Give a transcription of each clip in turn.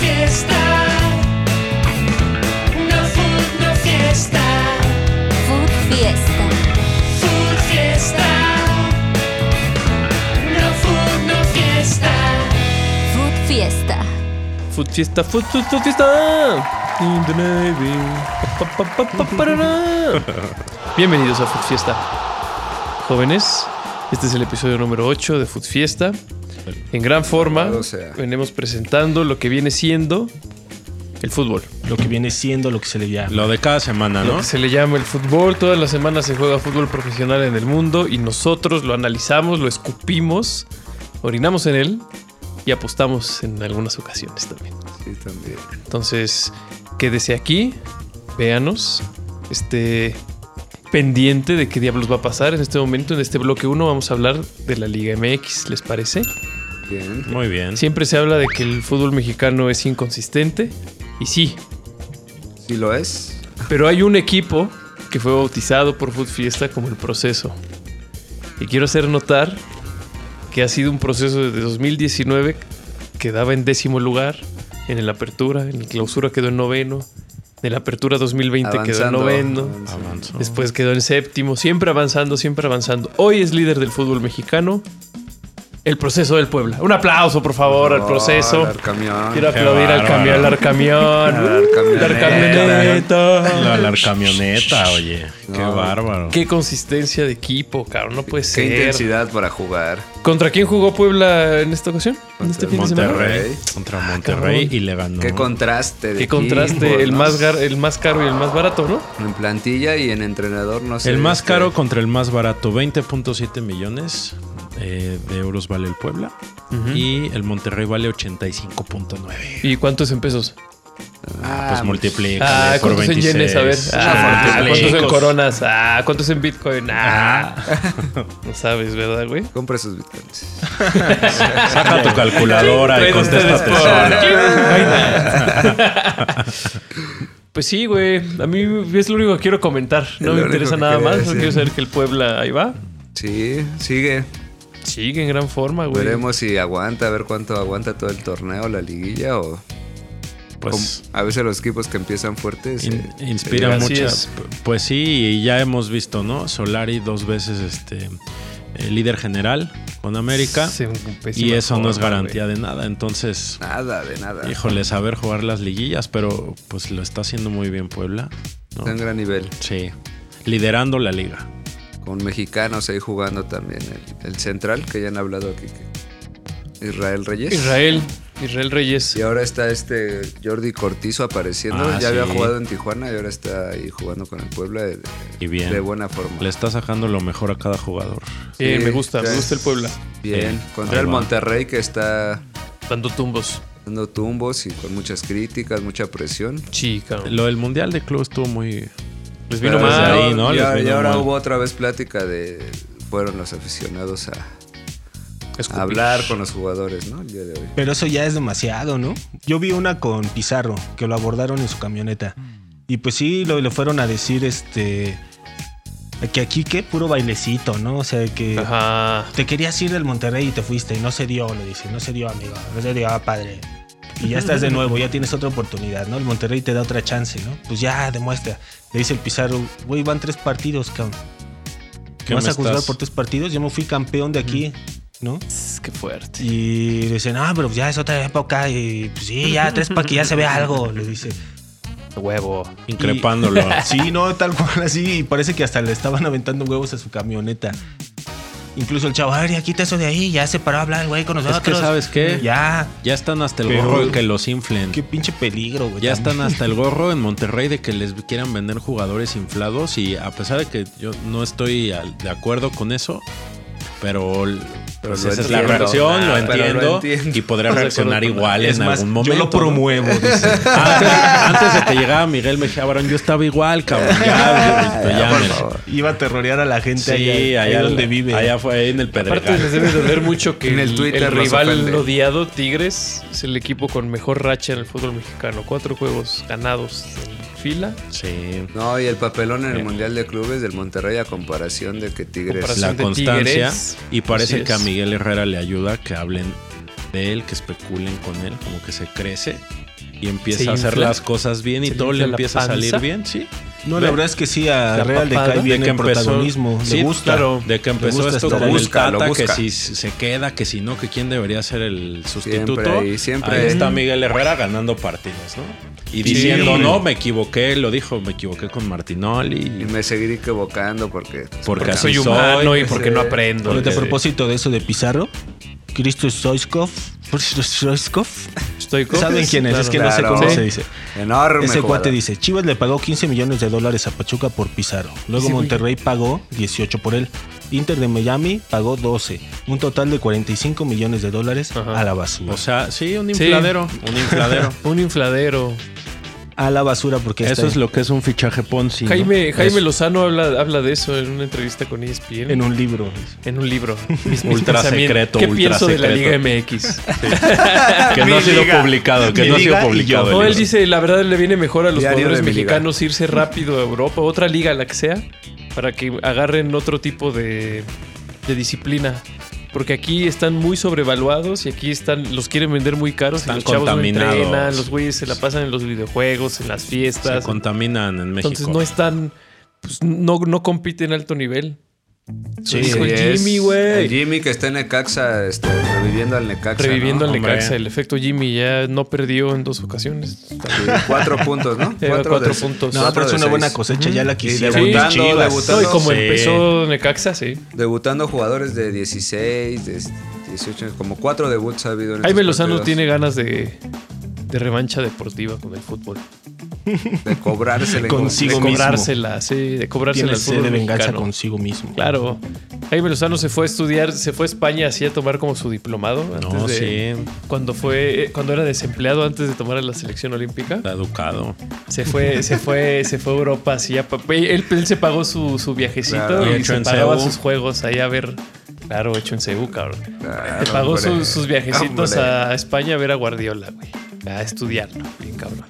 fiesta. No food, no fiesta. Food Fiesta. Food fiesta. No food, no fiesta. Food Fiesta. Food fiesta, food, food, food fiesta. In the Navy. Pa, pa, pa, pa, pa, ra, ra. Bienvenidos a Food Fiesta. Jóvenes, este es el episodio número 8 de Food Fiesta. En gran forma, O sea. venimos presentando lo que viene siendo el fútbol. Lo que viene siendo lo que se le llama. Lo de cada semana, Lo ¿no? que se le llama el fútbol. Todas las semanas se juega fútbol profesional en el mundo y nosotros lo analizamos, lo escupimos, orinamos en él y apostamos en algunas ocasiones también. Sí, también. Entonces, quédese aquí, véanos, esté pendiente de qué diablos va a pasar en este momento. En este bloque 1 vamos a hablar de la Liga MX, ¿les parece? Bien. Muy bien. Siempre se habla de que el fútbol mexicano es inconsistente, y sí, Sí lo es. pero hay un equipo que fue bautizado por Food Fiesta como el proceso. Y quiero hacer notar que ha sido un proceso desde 2019 que daba en décimo lugar en el Apertura, en el Clausura quedó en noveno, en el Apertura 2020 quedó en Avanzando. noveno, avanzando. Avanzó. después quedó en séptimo, siempre avanzando, siempre avanzando. Hoy es líder del fútbol mexicano, el proceso del Puebla. Un aplauso, por favor, al proceso. Oh, al camión. Quiero Qué aplaudir al bárbaro. camión, al camión. Al Al camioneta. camioneta. La, la camioneta, oye. Qué No. bárbaro. Qué consistencia de equipo, cabrón. No puede Qué ser. intensidad para jugar. ¿Contra quién jugó Puebla en esta ocasión? ¿En Contra este el fin de semana? Monterrey semana? Ah, contra Monterrey cabrón. y le ganó. Qué contraste. De Qué contraste, equipos, el, ¿no? más gar- el más caro y el más barato, ¿no? En plantilla y en entrenador, no sé. El más este, caro contra el más barato, 20.7 millones eh, de euros vale el Puebla y el Monterrey vale 85.9. ¿Y cuántos en pesos? ah, Pues multiplica Ah, por ¿cuántos en 26. yenes? A ver. Ah, Ah, ¿Cuántos en lejos. coronas? Ah, ¿cuántos en bitcoin? Ah. No sabes, ¿verdad, güey? Compra sus bitcoins. Saca tu calculadora y Traen contéstate ustedes sola. por- Pues sí, güey. A mí es lo único que quiero comentar. lo No me único interesa que nada quería más. decir. Solo quiero saber que el Puebla ahí va. Sí, sigue. Sigue en gran forma, güey. Veremos si aguanta, a ver cuánto aguanta todo el torneo, la liguilla o... Pues com- a veces los equipos que empiezan fuertes... In- eh, inspira Este, Así muchas. es. Pues sí, y ya hemos visto, ¿no? Solari dos veces este eh, líder general con América. Sí, un pésimo y eso no es forma, garantía de nada. Entonces, Nada, de nada. híjole, saber jugar las liguillas, pero pues lo está haciendo muy bien Puebla. ¿no? Está en gran nivel. Sí. Liderando la liga. Con mexicanos ahí jugando también. El, el central, que ya han hablado aquí. que- Israel Reyes. güey. Israel, Israel Reyes. Y ahora está este Jordi Cortizo apareciendo. Ah, ya había sí. jugado en Tijuana y ahora está ahí jugando con el Puebla de, de- Y bien. de buena forma. Le está sacando lo mejor a cada jugador. Bien, Sí, Eh, me gusta, me sí. gusta el Puebla. Bien. Sí, Contra ahí el va. Monterrey que está Dando tumbos. dando tumbos y con muchas críticas, mucha presión. Chica. Lo del Mundial de Club estuvo muy. eh, Les vino Pero mal. ya- ahí, ¿no? Y, Les ahora- y vino ahora mal. hubo otra vez plática de. Fueron los aficionados a, Escupir. a hablar con los jugadores, ¿no? El día de hoy. Pero eso ya es demasiado, ¿no? Yo vi una con Pizarro, que lo abordaron en su camioneta. Y pues sí, lo, le fueron a decir este. Que aquí qué puro bailecito, ¿no? O sea que. Ajá. Te querías ir del Monterrey y te fuiste y no se dio, le dice, no se dio, amigo, no se dio, ah, padre. Y ya estás de nuevo, ya tienes otra oportunidad, ¿no? El Monterrey te da otra chance, ¿no? Pues ya, demuestra. Le dice el Pizarro, güey, van tres partidos, cabrón. ¿Qué ¿Me vas me a juzgar estás? por tres partidos? Yo me fui campeón de aquí, ¿no? Tss, Qué fuerte. Y le dicen, ah, pero ya es otra época y pues sí, ya tres para que ya se vea algo, le dice. Huevo. Increpándolo. Sí, no, tal cual así. Y parece que hasta le estaban aventando huevos a su camioneta. Incluso el chavo, a ver, ya quita eso de ahí, ya se paró a hablar el güey con es nosotros. que, ¿sabes qué? Ya, Ya están hasta el Pero- gorro de que los inflen. qué pinche peligro, güey. Ya también. están hasta el gorro en Monterrey de que les quieran vender jugadores inflados y a pesar de que yo no estoy al- de acuerdo con eso, pero, l- Pero pues lo esa es la entiendo. reacción, Ah, lo, pero entiendo, lo entiendo. y podría reaccionar igual Es en más, algún momento. Yo lo promuevo. dice. ¿no? Antes, antes de que llegaba Miguel Mejía Barón, yo estaba igual, cabrón. Ya, ya, Ya, ya por me- favor. Iba a terrorear a la gente Sí, allá, ahí allá, donde vive. Allá fue ahí en el Aparte les Pedregal. debe doler mucho que En el el, Twitter el nos rival ofende. odiado, Tigres, es el equipo con mejor racha en el fútbol mexicano. Cuatro juegos ganados en fila. Sí. No, y el papelón en el Bien. Mundial de Clubes del Monterrey a comparación de que Tigres. Comparación. la de constancia Tigres. y Así parece es. que a Miguel Herrera le ayuda que hablen de él, que especulen con él, como que se crece y empieza Se a hacer infla. las cosas bien y Se le todo le infla la empieza a salir panza. bien, sí. No, la Ve. verdad es que sí, a La Real le papada. cae bien de que el empezó, protagonismo. sí, le gusta. claro, de que Le empezó gusta esto estar con ahí. el busca, lo Tata, que busca. si se queda, que si no, que quién debería ser el sustituto. ahí, siempre Ahí ahí. está Miguel Herrera ganando partidos, ¿no? Sí, Y diciendo, hombre. no, me equivoqué, lo dijo, me equivoqué con Y Martinoli. me seguiré equivocando porque. Porque Porque así soy soy. humano y porque sí. no eh, aprendo. Ahorita a Sí. propósito de eso de Pizarro, Cristo Soiskov. Cristo Soiskov. Estoy con- ¿Saben quién es? Claro. Es que no sé Claro. cómo Sí. se dice. Enorme. Ese jugador. cuate dice, Chivas le pagó 15 millones de dólares a Pachuca por Pizarro. Luego Ese güey. Monterrey pagó 18 por él. Inter de Miami pagó 12. Un total de 45 millones de dólares Ajá. a la basura. O sea, sí, un Sí. infladero, un infladero. Un infladero. a la basura porque Eso está es lo que es un fichaje Ponzi. ¿no? Jaime, Jaime Es Lozano habla, habla de eso en una entrevista con E ESPN. en un libro. En un libro. Mis- mis Ultra pensamientos. secreto, ¿Qué ultra pienso de la Liga secreto. MX? que no ha Mi sido liga. publicado, que Mi no ha sido liga y publicado. yo. el No, él libro. dice, la verdad le viene mejor a los Diario jugadores de mi liga. mexicanos irse rápido a Europa, otra liga, la que sea, para que agarren otro tipo de, de disciplina. Porque aquí están muy sobrevaluados y aquí están los quieren vender muy caros y Están los chavos no contaminados. entrenan, los güeyes se la pasan en los videojuegos, en las Se fiestas. contaminan en México. Entonces no están, pues, no, no compiten en alto nivel. Sí, Dijo el es- Jimmy, el güey. Jimmy que está en Necaxa, este, reviviendo al Necaxa. Reviviendo ¿no? al Hombre. Necaxa, el efecto Jimmy ya no perdió en dos ocasiones. Sí, Cuatro puntos, ¿no? Lleva Eh, cuatro de- puntos. No, Cuatro pero es de una seis. buena cosecha, ya la Y quisieron. debutando, las Chivas. No, debutando. y como Sí. empezó Necaxa, sí. Pues Debutando jugadores de 16, de 18, años, como cuatro debuts ha habido en Jaime estos Lozano partidos. tiene ganas de, de revancha deportiva con el fútbol. De cobrársela. Consigo de mismo. cobrársela, sí, de cobrársela Tiene al sed fútbol de venganza mexicano. consigo mismo. Claro. Jaime Lozano se fue a estudiar, se fue a España así a tomar como su diplomado. No, antes de- sí, Cuando fue, eh, cuando era desempleado antes de tomar a la selección olímpica. está educado. Se fue, se fue, se fue a Europa así a pa- él, él se pagó su, su viajecito Claro. y Hecho se en pagaba CU. sus juegos ahí a ver. Claro, hecho en CU, cabrón. Claro, Se pagó hombre. sus- sus viajecitos Hombre. a España a ver a Guardiola, güey. A estudiarlo, bien cabrón.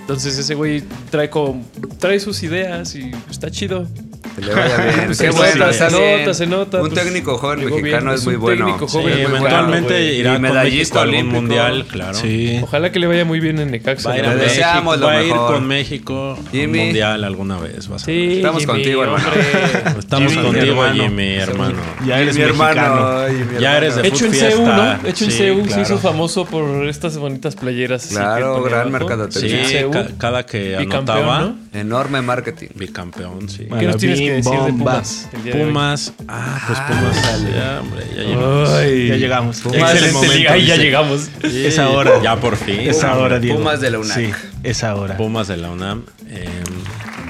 Entonces ese güey trae como, trae sus ideas y está chido. Que le vaya bien. Pues Qué se bueno, nota, está se bien. nota, se nota, Un pues, técnico joven llegó bien, mexicano es es muy un bueno. técnico Sí, joven es muy eventualmente bueno, güey. irá Y con México medallista a algún olímpico. mundial, claro. Sí. Ojalá que le vaya muy bien en Necaxa. Va a ir, la a Le verdad. México, deseamos lo va a ir mejor. con México a un Jimmy. mundial alguna vez. vas a ver. Sí, Estamos contigo, hermano. hombre. Estamos Jimmy, contigo, hermano. Jimmy, hermano. Ya eres mi mexicano. hermano. ay, mi Ya eres hermano. de Hecho en Food CU, Fiesta. ¿no? Hecho en Sí, CU se claro. hizo famoso por estas bonitas playeras. así Claro, que ponía abajo. gran Sí, mercadotecnia. Hecho en CU, ca- cada que bicampeón, anotaba, ¿no? Enorme marketing. bicampeón, sí. Bueno, ¿Qué nos tienes que decir de Bombombas. Pumas? el día de hoy? Pumas, ah, pues Pumas, ya, hombre, ya llegamos. Ay. Ya llegamos. Pumas. Es el Excelente momento, liga, ahí ya dice. llegamos. Sí, es ahora. Ya por fin. Es ahora, Diego. Pumas de la UNAM. Sí, es ahora. Pumas de la UNAM eh,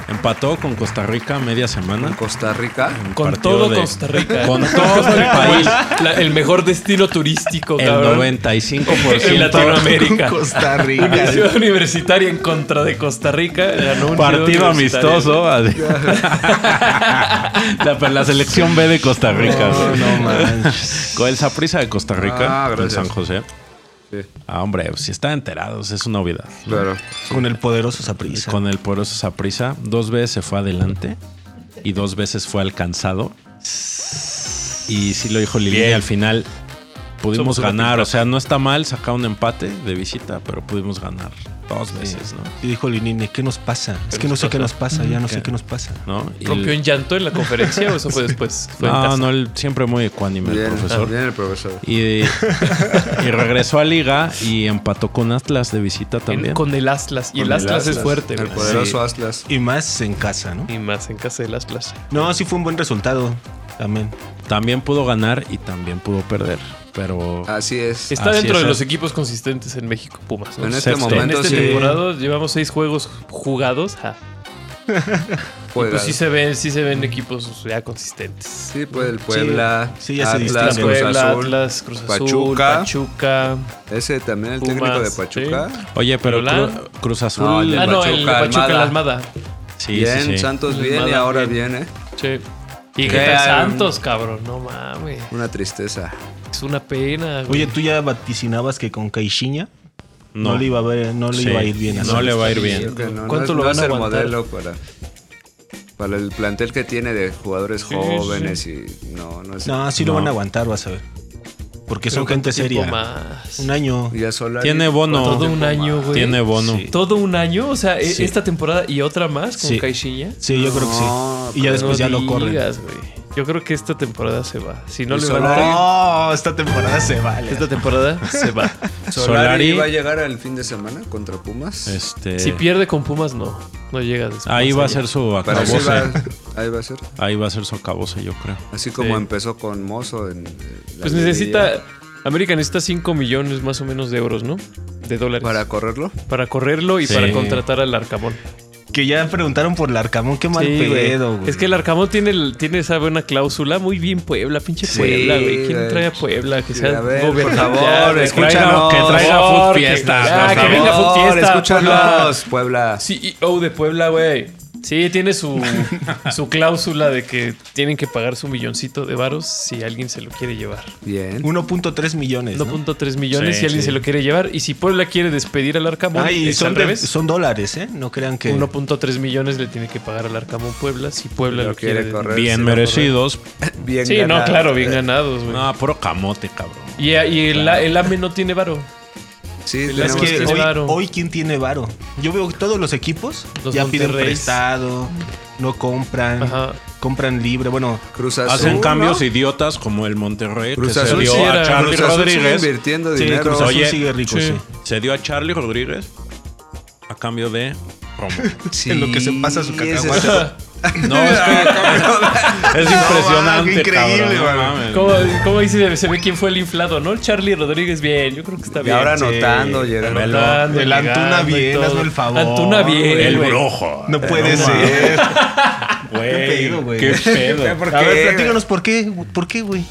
empató con Costa Rica media En semana. Costa Rica. Un Con partido todo de- Costa Rica. Con todo el país. La- el mejor destino turístico, El cabrón. 95% en Latinoamérica. Costa Una ciudad universitaria en contra de Costa Rica. Ganó un Partido ciudad universitaria. amistoso. así. la, pero la selección B de Costa Rica. No, güey. no manches. Con el Saprissa de Costa Rica, Ah, en gracias. San José. Sí, Ah, hombre, pues, si están enterados, es una novedad. claro. Con el poderoso Y Saprissa. Con el poderoso Saprissa, dos veces se fue adelante y dos veces fue alcanzado. Y sí lo dijo Lilini al final. Pudimos Somos ganar, o sea, no está mal sacar un empate de visita, pero pudimos ganar dos veces, Y dijo Linine, ¿qué nos pasa? Es que no sé qué nos pasa, ya no sé qué nos pasa. ¿no? ¿No? Y ¿Rompió en llanto en la conferencia o eso fue después? Fue en no, casa. no, él siempre muy ecuánime el Bien, profesor. bien el profesor. Y, y regresó a Liga y empató con Atlas de visita En- también. con el Atlas. Y Con el Atlas, es fuerte, El güey. poderoso Atlas. Y más en casa, ¿no? Sí. Y más en casa del Atlas. No, sí fue un buen resultado. También. También pudo ganar y también pudo perder, pero Así es. Está Así dentro es, de eh. los equipos consistentes en México, Pumas. ¿no? En este sexto. En momento este sí temporada llevamos seis juegos jugados. ja. juega. Pues sí se ven, sí se ven equipos ya consistentes. Sí, puede el Puebla, Sí, ya se Atlas, distingue. Cruz Puebla, Azul. Atlas, Cruz Azul, Pachuca. Pachuca. Ese también, el técnico de Pumas, Pachuca. Oye, pero ¿Lola? Cru- Cruz Azul. No, el ah, no, el Pachuca, Pachuca, la Almada. Sí, bien, sí, sí. Santos Almada, bien y ahora Pues bien. viene. Sí. Y Que Qué era un- Santos, cabrón. No mames. Una tristeza. Es una pena. güey. Oye, tú ya vaticinabas que con Caixinha no, le iba a ver, no le Sí, iba a ir bien. a No le va a ir Creo bien. que no, ¿Cuánto no es- lo no van es a el aguantar? modelo para, para el plantel que tiene de jugadores Sí, jóvenes y no, no es No, sí lo No. van a aguantar, vas a ver. Porque son Pero ¿cuánto gente tiempo seria. Más? Un año. Y a Solari, Tiene bono. ¿cuánto Todo un tiempo año, más? güey. Tiene bono. Sí. Todo un año, o sea, e- Sí. esta temporada y otra más con Sí. Caixinha. Sí, yo creo que No, sí. Y ya No después ya lo corren. digas, güey. Yo creo que esta temporada se va. Si no Y le Solari. van a- No, esta temporada se vale. esta temporada se va. Solari Solari. va a llegar al fin de semana contra Pumas. Este, Eh. Si pierde con Pumas, no. No llega después. ahí va a allá. ser su Para eso acabose. va, ahí va a ser. Ahí va a ser su acabose, yo creo. Así como Sí. empezó con Mozo en. eh, la Pues liguilla. necesita. América necesita 5 millones más o menos de euros, ¿no? De dólares. Para correrlo. Para correrlo y Sí. para contratar al Arcamón. Que ya preguntaron por el Arcamón, qué mal Sí, güey. pedo, güey. Es que el Arcamón tiene, el- tiene esa buena cláusula. Muy bien, Puebla, pinche Sí, Puebla, güey. ¿Quién güey. trae a Puebla? Que Sí, sea a ver, por gobernable, favor, güey. escúchanos, Traiga- por favor, Food que- ya, Ah, por que favor. venga Food Fiesta, Escúchanos, Puebla. CEO de Puebla, güey. Sí, tiene su, su cláusula de que tienen que pagar su milloncito de varos si alguien se lo quiere llevar. Bien. 1.3 millones. ¿no? 1.3 millones Sí, si alguien sí. se lo quiere llevar. Y si Puebla quiere despedir al Arcamón, Ah, y es son, al de- revés. son dólares, ¿eh? No crean que. 1.3 millones le tiene que pagar al Arcamón Puebla si Puebla Lo lo, quiere quiere. correr. Pero Bien sí va a merecidos. Bien Sí, no, ganado. Eh, claro, bien ganados, güey. No, puro camote, cabrón. Y, ah, y el, el AME no tiene varo. Sí, Es Es tenemos que que- tiene hoy, varo. hoy quién tiene varo. Yo veo que todos los equipos Los ya piden Monterreys. prestado, no compran, Ajá. compran libre. Bueno, Cruz Azul. Hacen ¿no? cambios idiotas como el Monterrey Cruz que Azul se dio sí a era- Charlie Cruz Azul sigue Rodríguez. invirtiendo sí, dinero. Cruz Azul Oye, sigue rico, sí. sí. Se dio a Charlie Rodríguez a cambio de Romo. Sí, en lo que se pasa su ese es- cacahuate. No, es que es impresionante, qué increíble, cabrón, no güey. mames. ¿Cómo, cómo ahí se, se ve quién fue el inflado, no? El Charlie Rodríguez, bien. Yo creo que está Y bien. ahora sí. anotando, llegando. Velo. Anotando, El Antuna llegando y bien, todo. hazme el favor, Antuna bien. El güey. brujo. No puede Eh, mames. ser. Güey, pedo, güey. Qué pedo. ¿Por A qué? ver, platícanos por qué, por qué, güey.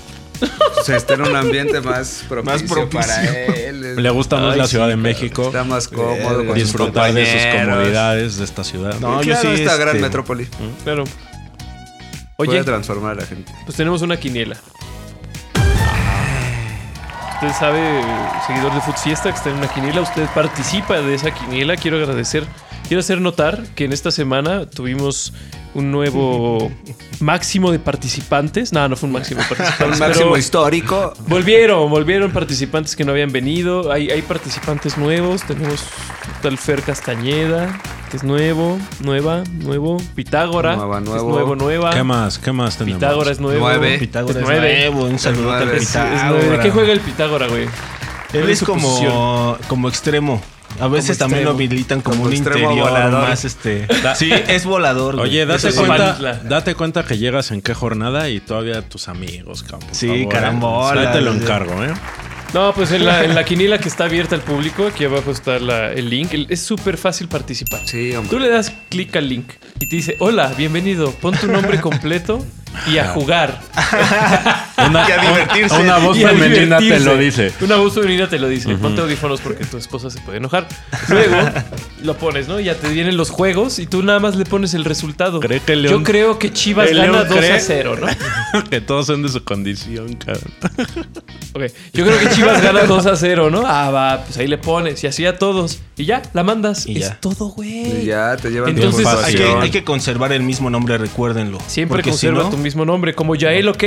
Se está en un ambiente más propicio, propicio. para él. Le gusta más Ay, la sí, Ciudad de México. Eh, Está más cómodo con sus Disfrutar de sus compañeros. comodidades de esta ciudad. No, Y yo claro, sí, Esta gran este- metrópoli Claro. puede mm. Oye, transformar a la gente. pues tenemos una quiniela. Usted sabe, seguidor de Food Fiesta, que está en una quiniela. Usted participa de esa quiniela. Quiero agradecer. Quiero hacer notar que en esta semana tuvimos un nuevo máximo de participantes. No, no fue un máximo de participantes. Un pero- máximo histórico. Volvieron, volvieron participantes que no habían venido. Hay, hay participantes nuevos. Tenemos tal Fer Castañeda, que es nuevo, nueva, nuevo. Pitágora, Nueva, que es nuevo. nuevo, nueva. ¿Qué más? ¿Qué más tenemos? Pitágora es nuevo. Nueve. Pitágoras Es nueve. nuevo, un saludo al nueve. Es- es Es Pitágoras. nueve. ¿De qué juega el Pitágora, güey? Él ¿Cuál es su posición? como, como extremo. A veces Como también lo extremo. habilitan como, Como un extremo interior, nada volador. más este. Sí, es volador. güey. Oye, Eso date sí. cuenta, Pantla. date cuenta que llegas en qué jornada y todavía tus amigos, cabrón. por Sí, favor, ¿eh? carambola. Ahí te lo encargo, ¿eh? No, pues en la, en la quiniela que está abierta al público, aquí abajo está la- el link. El- Es súper fácil participar. Sí, hombre. Tú le das clic al link y te dice, hola, bienvenido, pon tu nombre completo y a jugar. Una, Y a divertirse. una voz Y al femenina te divertirse. lo dice. Una voz femenina te lo dice. Ponte audífonos porque tu esposa se puede enojar. Luego lo pones, ¿no? Ya te vienen los juegos y tú nada más le pones el resultado. Cree que León- Yo creo que Chivas El gana León 2 a cree. 0, ¿no? que todos son de su condición, cabrón. Ok. Yo creo que Chivas gana 2 a 0, ¿no? Ah, va, pues ahí le pones y así a todos. Y ya, la mandas. Y es ya. todo, güey. Y ya te llevan tu Entonces, Hay puntuación. que, hay que conservar el mismo nombre, recuérdenlo. Siempre Porque si conserva no- tu mismo nombre, como Yael OK.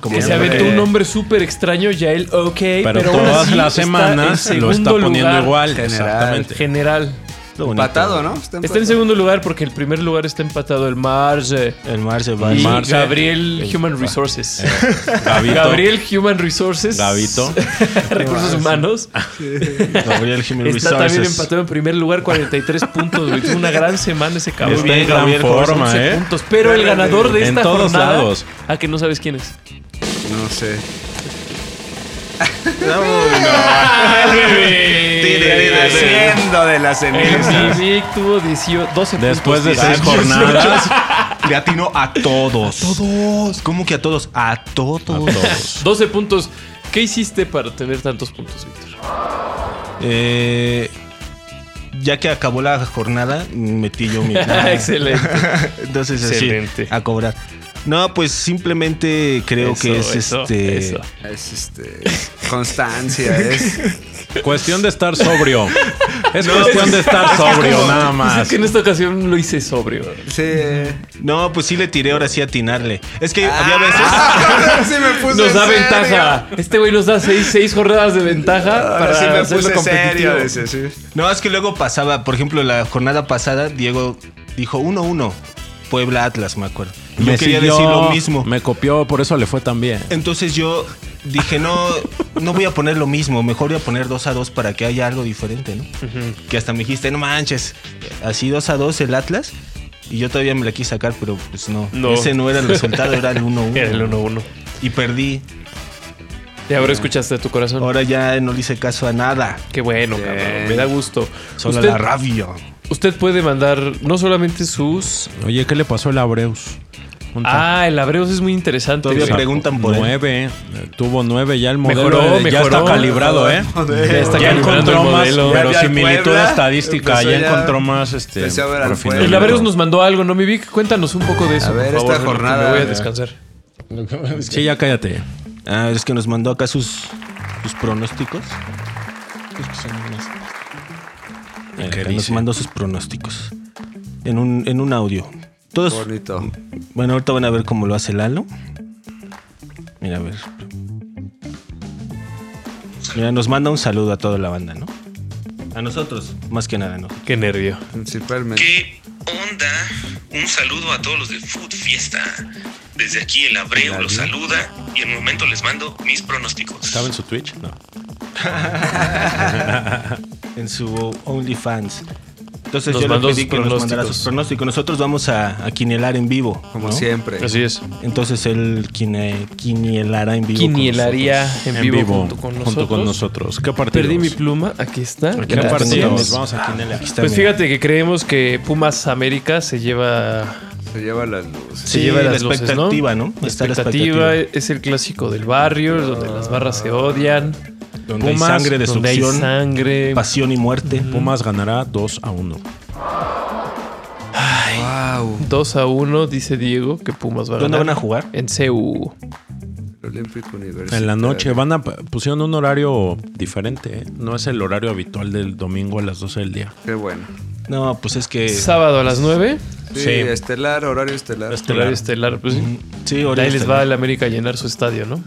Como que se siempre. aventó un nombre súper extraño, Yael OK. Pero, Pero, aún todas así las está en semanas lo está segundo poniendo lugar igual. general. Exactamente. General. Lo bonito. Empatado, ¿no? Está en empatado. segundo lugar porque el primer lugar está empatado el Marge. El mar se va. y Mar- Marge. Gabriel Human Resources. Eh, Gabito, Gabriel Human Resources. Gabito. Ah, Recursos Humanos. Gabriel Jiménez Está también empatado en primer lugar, 43 puntos. güey. Tuvo una gran semana ese cabrón. Está en gran Gabriel, con forma, 11 ¿eh? puntos. Pero el ganador de En esta todos jornada... lados. Ah, que no sabes quién es. No sé. Haciendo de las El cenizas. Mimic Eh, tuvo 18, 12 Después de puntos. seis Gabriel. jornadas. Le atino a todos. A todos. ¿Cómo que a todos? A todos. A todos. 12 puntos. ¿Qué hiciste para tener tantos puntos, Víctor? Eh, ya que acabó la jornada, metí yo mi. Excelente. Entonces, así, Excelente. a cobrar. No, pues simplemente creo Eso, que es eso, este. eso. Es este. Constancia, es. Cuestión de estar sobrio. Es cuestión de estar sobrio, nada Pues es más. que en esta ocasión lo hice sobrio. Pues, Sí. No, pues sí le tiré ahora sí a atinarle. Es que Ah. había veces. sí me puse Nos da serio. ventaja. Este güey nos da seis, seis jornadas de ventaja Ahora para sí me hacerlo puse competitivo. serio. dice, sí. No, es que luego pasaba, por ejemplo, la jornada pasada, Diego dijo 1-1, Puebla Atlas, me acuerdo. Yo Me quería siguió, decir lo mismo. Me copió, por eso le fue tan bien. Entonces yo dije, no, no voy a poner lo mismo, mejor voy a poner 2 a 2 para que haya algo diferente, ¿no? Que hasta me dijiste, no manches, así 2 a 2 el Atlas. Y yo todavía me la quise sacar, pero pues no. No. Ese no era el resultado, era el 1-1. Era el 1-1. Y perdí. Y ahora escuchaste a tu corazón. Ahora ya no le hice caso a nada. Qué bueno, Bien. cabrón. Me da gusto. Solo a Usted, la rabia. usted puede mandar no solamente sus. Oye, ¿qué le pasó al Abreus? Un Ah, el Abreos es muy interesante. Todavía güey. preguntan por él. nueve, eh, tuvo nueve, ya el modelo Mejoró, eh, ya mejoró. está calibrado, ¿eh? Joder. está ya calibrando encontró el más modelo. pero Ya vi al similitud Puebla, estadística, empezó ya, ya- encontró más este empecé a ver al refinamiento. El Abreos nos mandó algo, ¿no, mi Vic? Cuéntanos un poco de eso. A ver, por favor, en esta lo que jornada. Me voy a descansar. Sí, ya cállate. Ah, es que nos mandó acá sus, sus pronósticos. El Acá que nos dice. mandó sus pronósticos. En un, en un audio. Todos. Bonito. Bueno, ahorita van a ver cómo lo hace Lalo. Mira, a ver. Mira, nos manda un saludo a toda la banda, ¿no? A nosotros, más que nada, ¿no? Qué nervio. Principalmente. ¿Qué onda? Un saludo a todos los de Food Fiesta. Desde aquí el Abreu los saluda y en un momento les mando mis pronósticos. ¿Estaba en su Twitch? No. En su OnlyFans. Entonces Nos yo le mandó pedí sus que nos mandara pronósticos. sus pronósticos. Nosotros vamos a, a quinielar en vivo. Como ¿no? siempre. Así es. Entonces él quine- quinielará en vivo. con Quinielaría en vivo, junto con nosotros. junto con nosotros. ¿Qué partido? Perdí mi pluma. Aquí está. Aquí ¿Qué la Gracias. partidos? tenemos. Vamos a Quinela. nosotros. Pues fíjate que creemos que Pumas América se lleva Se lleva las luces. se lleva la las luces, expectativa, ¿no? La Está la expectativa, expectativa. es el clásico del barrio, es donde las barras se odian. Donde hay sangre, donde hay destrucción, sangre. pasión y muerte. Pumas ganará 2 a 1. Wow. 2 a 1, dice Diego, que Pumas va a ¿Dónde ganar. van a jugar? En CU. El Olímpico Universitario. En la noche van a pusieron un horario diferente, ¿eh? no es el horario habitual del domingo a las 12 del día. Qué bueno. No, pues es que. Sábado a las 9. Sí, Sí. estelar, horario estelar. Horario estelar. Pues, sí. Sí, ahora Ahí les está. va el América a llenar su estadio, ¿no?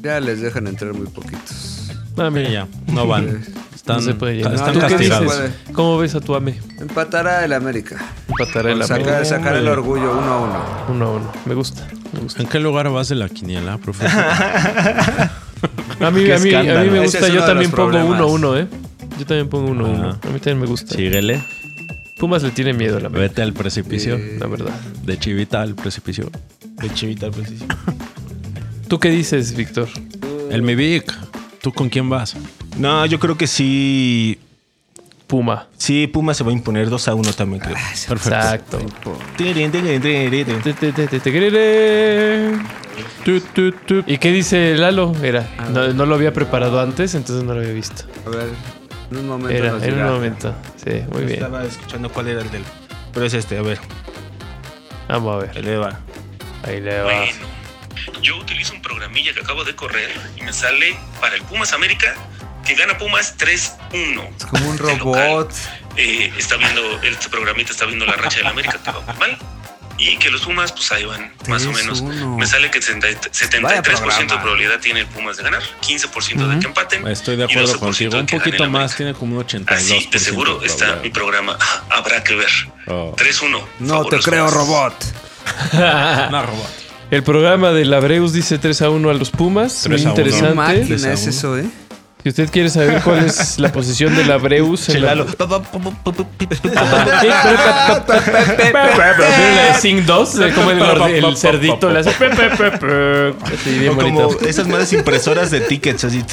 Ya les dejan entrar muy poquitos. Ah, mira, Sí, ya, no van. Están, No se puede llenar. están ¿Tú qué castigados. dices? ¿Cómo ves a tu AME? Empatará el América. Empatará el Saca- América. sacar el orgullo uno a uno. 1 a 1. Me gusta. Me gusta. ¿En qué lugar vas de la quiniela, profe? A mí, Qué a mí, a mí escándalo. me gusta. Ese es uno Yo de también los pongo 1 problemas. a 1, ¿eh? Yo también pongo 1 a 1. Ajá. A mí también me gusta. Síguele, Pumas le tiene miedo a la América, vete al precipicio. la verdad. De Chivita al precipicio. Eh, De Chivita, pues sí. ¿Tú qué dices, Víctor? El Mivic, ¿tú con quién vas? No, yo creo que sí. Puma. Sí, Puma se va a imponer 2 a 1 también, creo. Perfecto. Exacto. Tirin, tirin, tirin, tirin. Te, te, te, te, te, quereré. Tu, tu, tu. ¿Y qué dice Lalo? Era, Ah. no, no lo había preparado antes, entonces no lo había visto. A ver, en un momento. Era, nos en un dirá. momento. Sí, muy bien. Estaba escuchando cuál era el del. Pero es este, a ver. Vamos a ver. El Eva. Ahí le Ah. va. Bueno, yo utilizo un programilla que acabo de correr y me sale para el Pumas América que gana Pumas 3-1. Es como un De robot. eh, está viendo, este programita está viendo la racha del América que va muy mal. Y que los Pumas, pues ahí van, más o menos. 3-1. Me sale que 70 Vaya 73% de programa. probabilidad tiene el Pumas de ganar, 15% de que empaten. Estoy de y acuerdo 12% contigo. de Un que gane poquito el más, América. tiene como un 82%. Así, de seguro está mi probabilidad. programa. Ah, Habrá que ver. Oh. 3-1. No te Favor, creo, Pumas. robot. No, robot. El programa de Labreus dice 3 a 1 a los Pumas. Muy 3 a 1. Qué interesante. máquina es eso, ¿eh? Si usted quiere saber cuál es la posición de Labreus en la... Ajá. Sí, pero- Prefiero la de Sing 2, de como el, gordi- el cerdito le hace. pe, pe, pe, pe. Así, bien O como bonito. esas madres impresoras de tickets, así.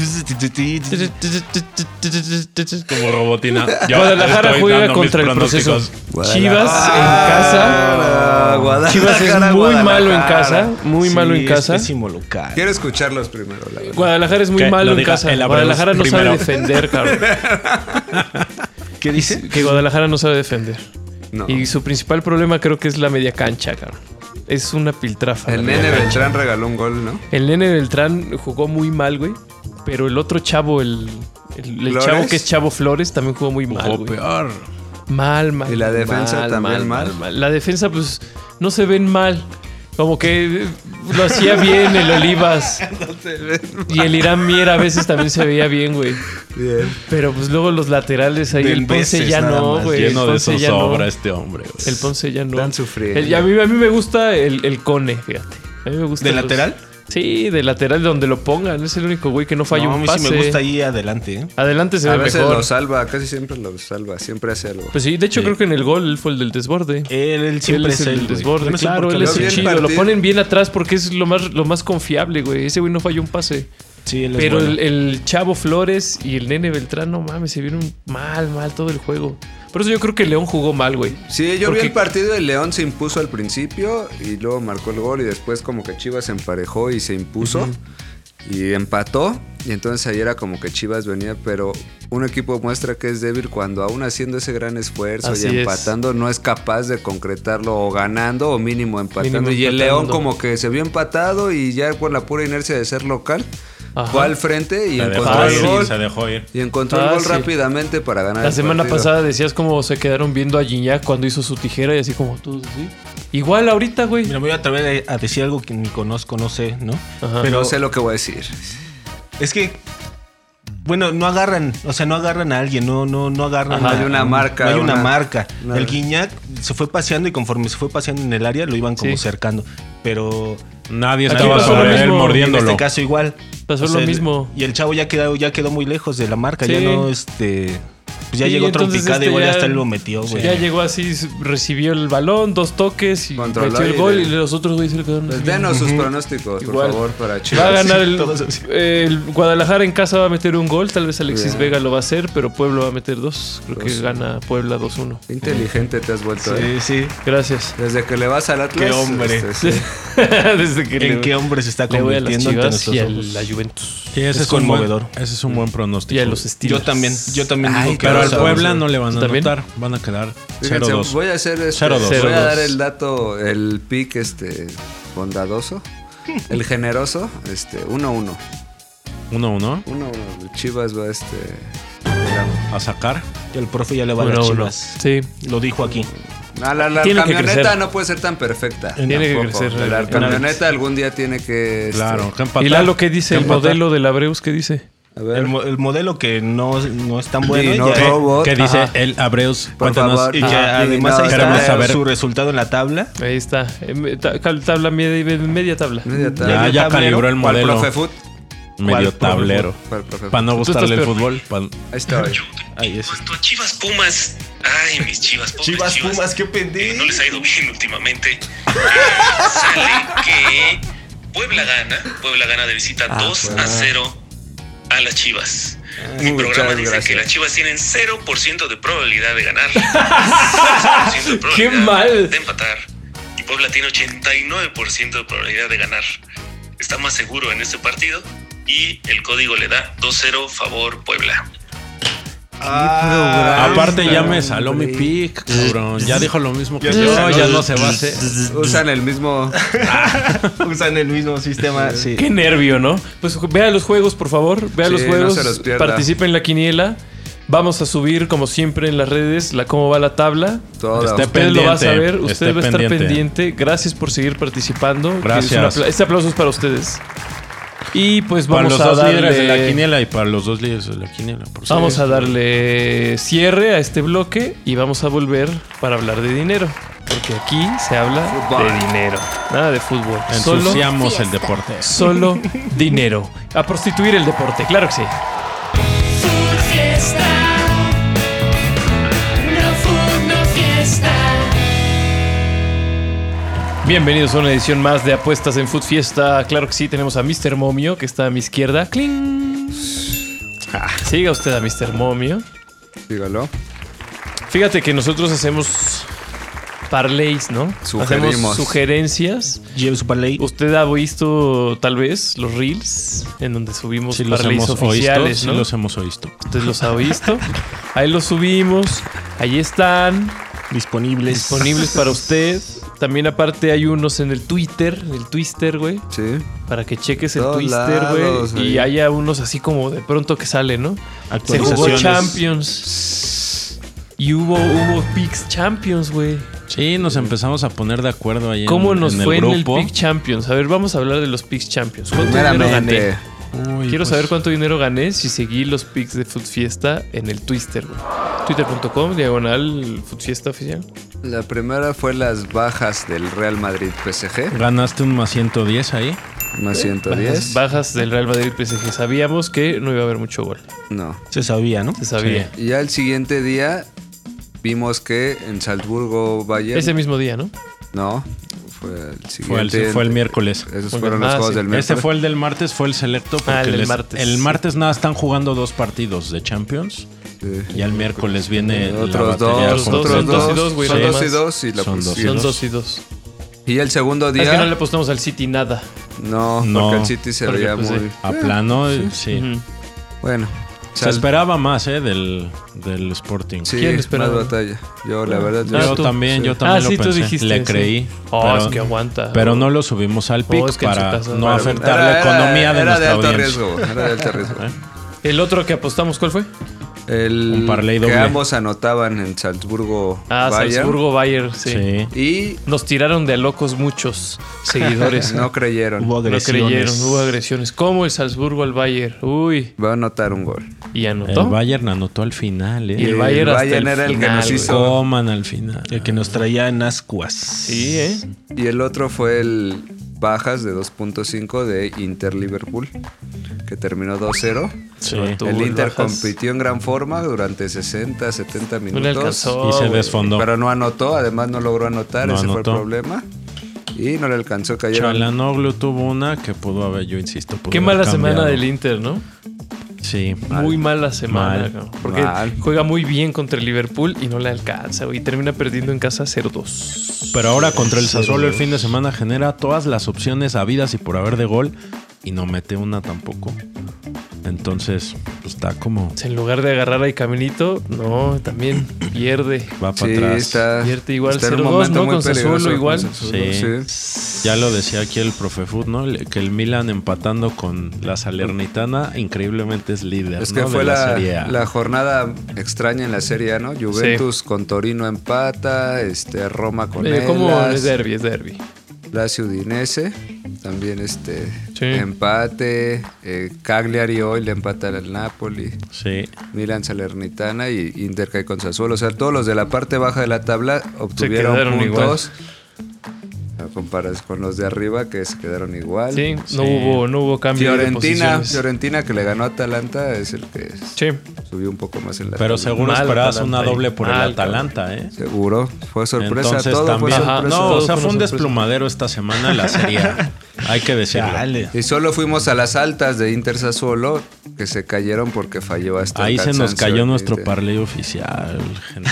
Como robotina. Yo Guadalajara estoy juega dando mis contra el proceso. pronósticos. Ah. Chivas en Ah, casa. Guadalajara, Chivas es muy Guadalajara. malo en casa. Muy Sí, malo en es casa. pésimo local. Quiero escucharlos primero, la verdad. Guadalajara es muy Que malo lo en diga casa. el Abreus Guadalajara no sabe primero. defender, cabrón. ¿Qué dice? Que Guadalajara no sabe defender. No. Y su principal problema creo que es la media cancha, cabrón. Es una piltrafa. la El media nene cancha. Beltrán regaló un gol, ¿no? El nene Beltrán jugó muy mal, güey. Pero el otro chavo, el, El, el Flores. chavo que es Chavo Flores también jugó muy mal. Jugó güey. peor. Mal, mal. ¿Y la defensa también mal? La defensa, pues, no se ven mal. Como que eh, lo hacía bien el Olivas. Y el Irán Mier a veces también se veía bien, güey. Bien. Pero pues luego los laterales ahí. Del el Ponce Beces ya nada no, más, güey. El Lleno de Ponce ya no. zozobra este hombre. güey. El Ponce ya no. Están sufriendo. El- y a, mí, a mí me gusta el, el Cone, fíjate. A mí me gusta. ¿De los- lateral? Sí, de lateral donde lo pongan. Es el único güey que no falla No, a un mí pase. sí me gusta ahí adelante, ¿eh? Adelante se A ve veces mejor. lo salva, casi siempre lo salva, siempre hace algo. Pues sí, de hecho creo que en el gol él fue el del desborde. Él, él Eh, siempre él es el del güey. desborde, Yo no sé claro, por qué él lo es el vi el hacen. chido. Lo partido. ponen bien atrás porque es lo más, lo más confiable, güey. Ese güey no falló un pase. Sí, él es Pero bueno. el, el Chavo Flores y el Nene Beltrán, no mames, se vieron mal, mal todo el juego. Por eso yo creo que León jugó mal, güey. Sí, yo Porque- vi el partido y León se impuso al principio y luego marcó el gol y después como que Chivas se emparejó y se impuso y empató y entonces ahí era como que Chivas venía, pero un equipo muestra que es débil cuando aún haciendo ese gran esfuerzo Así es. y empatando no es capaz de concretarlo o ganando o mínimo empatando. Mínimo y el empatando. León como que se vio empatado y ya con la pura inercia de ser local Ajá. fue al frente y Se encontró dejó el ir, gol. se dejó ir. Y encontró el gol Fácil. rápidamente para ganar. La Ah, el semana partido. pasada decías cómo se quedaron viendo a Gignac cuando hizo su tijera y así como todos así. Igual ahorita, güey. Mira, me voy a atrever a a decir algo que ni conozco, no sé, ¿no? Ajá. Pero No sé lo que voy a decir. es que, bueno, no agarran, o sea, no agarran a alguien, no, no, no agarran Ajá. a No hay una marca, No hay una, una- marca. una- El Guiñac se fue paseando y conforme se fue paseando en el área lo iban como Sí. cercando. Pero Nadie Aquí estaba pasó lo sobre él mismo. en mordiéndolo. este caso igual. Pasó lo el- mismo. Y el chavo ya quedó, ya quedó muy lejos de la marca, ya Sí. no, este... Pues ya Sí, llegó entonces trompicado este igual ya- hasta él lo metió, güey. Ya llegó así, s- recibió el balón, dos toques y Controló metió el y gol de- y los otros güeyes se le quedaron. Pues así. denos sus pronósticos, Igual. por favor, para Va a Chivas. ganar el, todos así. el Guadalajara en casa va a meter un gol, tal vez Alexis Bien. Vega lo va a hacer, pero Puebla va a meter dos. Creo que Dos. gana Puebla 2-1. Qué Inteligente te has vuelto, ¿eh? Sí, sí. Gracias. Desde que le vas al Atlas. Qué hombre. este, sí. Desde que ¿En le, qué hombre se está le voy a las convirtiendo ante Chivas nuestros y a ojos? la Juventus Sí, ese Es es, un buen- conmovedor. ese es un buen pronóstico. y a los Steelers. Yo también, yo también Ay, digo que Pero va a al ser- Puebla no le van a ¿Tú también? anotar. Van a quedar Fíjense, 0-2. voy a hacer este, Cero dos. voy Cero a dar dos. el dato, el pick este bondadoso, el generoso, este 1-1. 1-1. 1-1. Chivas va este ganando. A sacar. que el profe ya le va a Uno, las uno. chivas. Sí. Lo dijo aquí. Ah, la, la Tiene que camioneta crecer. no puede ser tan perfecta. Tiene que crecer, La realmente. camioneta algún día tiene que. este, Claro. que empatar. ¿Y Lalo qué dice? Que ¿El empatar. modelo de la Breus qué dice? A El, ver. mo- el modelo que no, no es tan bueno. Y y no ya- robo. robot. ¿Qué dice Ajá. el Abreus? Por Cuéntanos. favor. y que Ah, además y no, ahí queremos está saber. su resultado en la tabla. Ahí está. Em, ta- cal- Tabla media, eh, media tabla. Media Ya, tabla. ya tablero. calibró el Para el modelo. profe Foot. Medio ¿Cuál? tablero. Para el profe Para Foot. no Tú gustarle el estás fútbol. pa- Ahí está. oye. Ahí En es. cuanto a Chivas Pumas, ay, mis Chivas pobres Chivas. qué eh, no pendejo. les ha ido bien últimamente. Eh, sale que Puebla gana, Puebla gana de visita 2 Puebla. a 0 a las Chivas. Mi muchas programa dice gracias. que las Chivas tienen 0% de probabilidad de ganar. 0% de probabilidad ¡Qué mal! De empatar. Y Puebla tiene 89% de probabilidad de ganar. Está más seguro en este partido y el código le da 2-0 favor Puebla. Aparte ya me hombre. saló mi pick, cabrón. Ya dijo lo mismo que yo. sé. Ya no se va a hacer. Usan el mismo. Usan el mismo sistema. Sí. Qué nervio, ¿no? Pues vea los juegos, por favor. Vea Sí, los no juegos. se los pierda. participe en la quiniela. Vamos a subir, como siempre, en las redes la cómo va la tabla. Todo. Este Usted lo va a saber, pendiente, usted esté va a estar pendiente. pendiente. Gracias por seguir participando. Gracias. Es un apla- Este aplauso es para ustedes. Y pues Para vamos los a dos líderes de la darle. quiniela y para los dos líderes de la quiniela. por Vamos cierto. a darle cierre a este bloque y vamos a volver para hablar de dinero. Porque aquí se habla de dinero. Nada de fútbol. Solo, Ensuciamos el Fiesta. deporte. solo dinero. A prostituir el deporte, claro que sí. Food Fiesta. No food, no fiesta. Bienvenidos a una edición más de Apuestas en Food Fiesta. Claro que sí, tenemos a Mr. Momio, que está a mi izquierda. ¡Cling! Siga usted a Mr. Momio. Dígalo. Fíjate que nosotros hacemos parlays, ¿no? Sugerimos. Hacemos sugerencias. Lleve su parlay. Usted ha visto tal vez los reels en donde subimos Si los parlays hemos oído, oficiales, si ¿no? los hemos oído. Usted los ha visto. Ahí los subimos. Ahí están Disponibles. disponibles para usted. También aparte hay unos en el Twitter, el Twister, güey. Sí. Para que cheques el Todos Twister, lados, güey. Y ahí. haya unos así como de pronto que sale, ¿no? Se jugó Actualizaciones. Champions. Y hubo, hubo Pix Champions, güey. Sí, nos empezamos a poner de acuerdo ahí. en- ¿Cómo nos en fue el en el grupo. Pix Champions? A ver, vamos a hablar de los Pix Champions. ¿Cuánto dinero gané? Primeramente. Uy, Quiero pues, saber cuánto dinero gané si seguí los picks de Food Fiesta en el Twister, güey. Twitter.com, diagonal Food Fiesta oficial. La primera fue las bajas del Real Madrid PSG, Ganaste un más 110 ahí. más 110. Bajas, bajas del Real Madrid PSG. Sabíamos que no iba a haber mucho gol. No. Se sabía, ¿no? Se sabía. Y ya el siguiente día vimos que en Salzburgo Bayern. Ese mismo día, ¿no? No, fue el siguiente. Fue el, fue el miércoles. Esos Fue el- fueron ah, los juegos sí. del miércoles. Este fue el del martes, fue el selecto. Porque Ah, el del les- martes. El martes nada, están jugando dos partidos de Champions. Sí. Y el miércoles viene la Otros batería dos, son otros completa. dos y dos. dos, güey, Son nada dos y más. dos y la Son dos. pusieron. Son dos y dos. Y el segundo Es que no le día. apostamos al City nada. No, No. porque el City se Porque, veía pues, muy. A plano, eh, sí. Ujú. Bueno. Se Sal- esperaba más, ¿eh? Del, del Sporting. Sí, ¿Quién esperaba? más batalla. Yo, la verdad, yo. Ah, Yo tú. también, Sí. yo también Ah, lo sí, tú pensé. dijiste, Le sí. creí. Oh, es que aguanta. Pero no lo subimos al pic Oh, es que en su para casa- no Bueno, afectar la Era- economía de era nuestra alto audiencia. riesgo. Era de alto riesgo. El otro que apostamos, ¿cuál fue? El Un parlay doble. que ambos anotaban en Salzburgo. Ah, Bayern. Salzburgo Bayer, sí. Sí. Y Nos tiraron de a locos muchos seguidores. no creyeron. Hubo No agresiones. creyeron, hubo agresiones. ¿Cómo el Salzburgo al Bayern? Uy, Va a anotar un gol. y El anotó. Bayern anotó al final, y el ¿eh? Bayern, hasta Bayern era el que final, nos güey. hizo- Coman al final. El que nos traía en ascuas. Sí, ¿eh? Y el otro fue el bajas de 2.5 de Inter Liverpool, que terminó 2-0. Sí. Tú, el Inter bajas. compitió en gran forma durante 60, 70 No minutos. le alcanzó. Y se güey. desfondó. Pero no anotó, además no logró anotar, No ese anotó. fue el problema. Y no le alcanzó, cayeron. Chalanoglu tuvo una que pudo haber, yo insisto. pudo Qué haber mala cambiado. semana del Inter, ¿no? Sí. Muy mala semana, Mal. cabrón. Porque Mal. juega muy bien contra el Liverpool y no le alcanza, güey. Y termina perdiendo en casa 0-2. Pero ahora contra el Sassuolo el fin de semana genera todas las opciones habidas y por haber de gol y no mete una tampoco. Entonces, pues está como En lugar de agarrar ahí caminito, no, también pierde. va para Sí, atrás. está, Pierde igual está en 0-2, un momento ¿no? muy Con Sassuolo peligroso. con igual. Sassuolo, Sí. sí. Ya lo decía aquí el profe Food, ¿no? Le- Que el Milan empatando con la Salernitana increíblemente es líder. Es que ¿no? fue de la, la, Serie A. la jornada extraña en la Serie A, ¿no? Juventus con Torino empata, este Roma con Eh, Elas, ¿Cómo es derby? Es derby. Lazio Udinese, también este Sí. empate, eh, Cagliari hoy le empata al Napoli, Sí. Milan Salernitana y Inter cae con Sassuolo, o sea, todos los de la parte baja de la tabla obtuvieron quedaron puntos. A comparas con los de arriba que se quedaron igual. Sí, Sí. no hubo, no hubo cambio de Fiorentina, posiciones. Fiorentina que le ganó a Atalanta es el que Sí. subió un poco más en la Pero tabla. seguro Mal esperabas Atalanta una ahí. doble por Mal, el Atalanta, ¿eh? Seguro, fue sorpresa, Entonces todo también. fue Ajá, sorpresa. no, o sea, Todo fue fue un una sorpresa. desplumadero esta semana la Serie A. Hay que decirlo. Chale. Y solo fuimos a las altas de Inter Sassuolo que se cayeron porque falló hasta el Ahí se nos cansancio cayó el nuestro Inter. parley oficial, gente.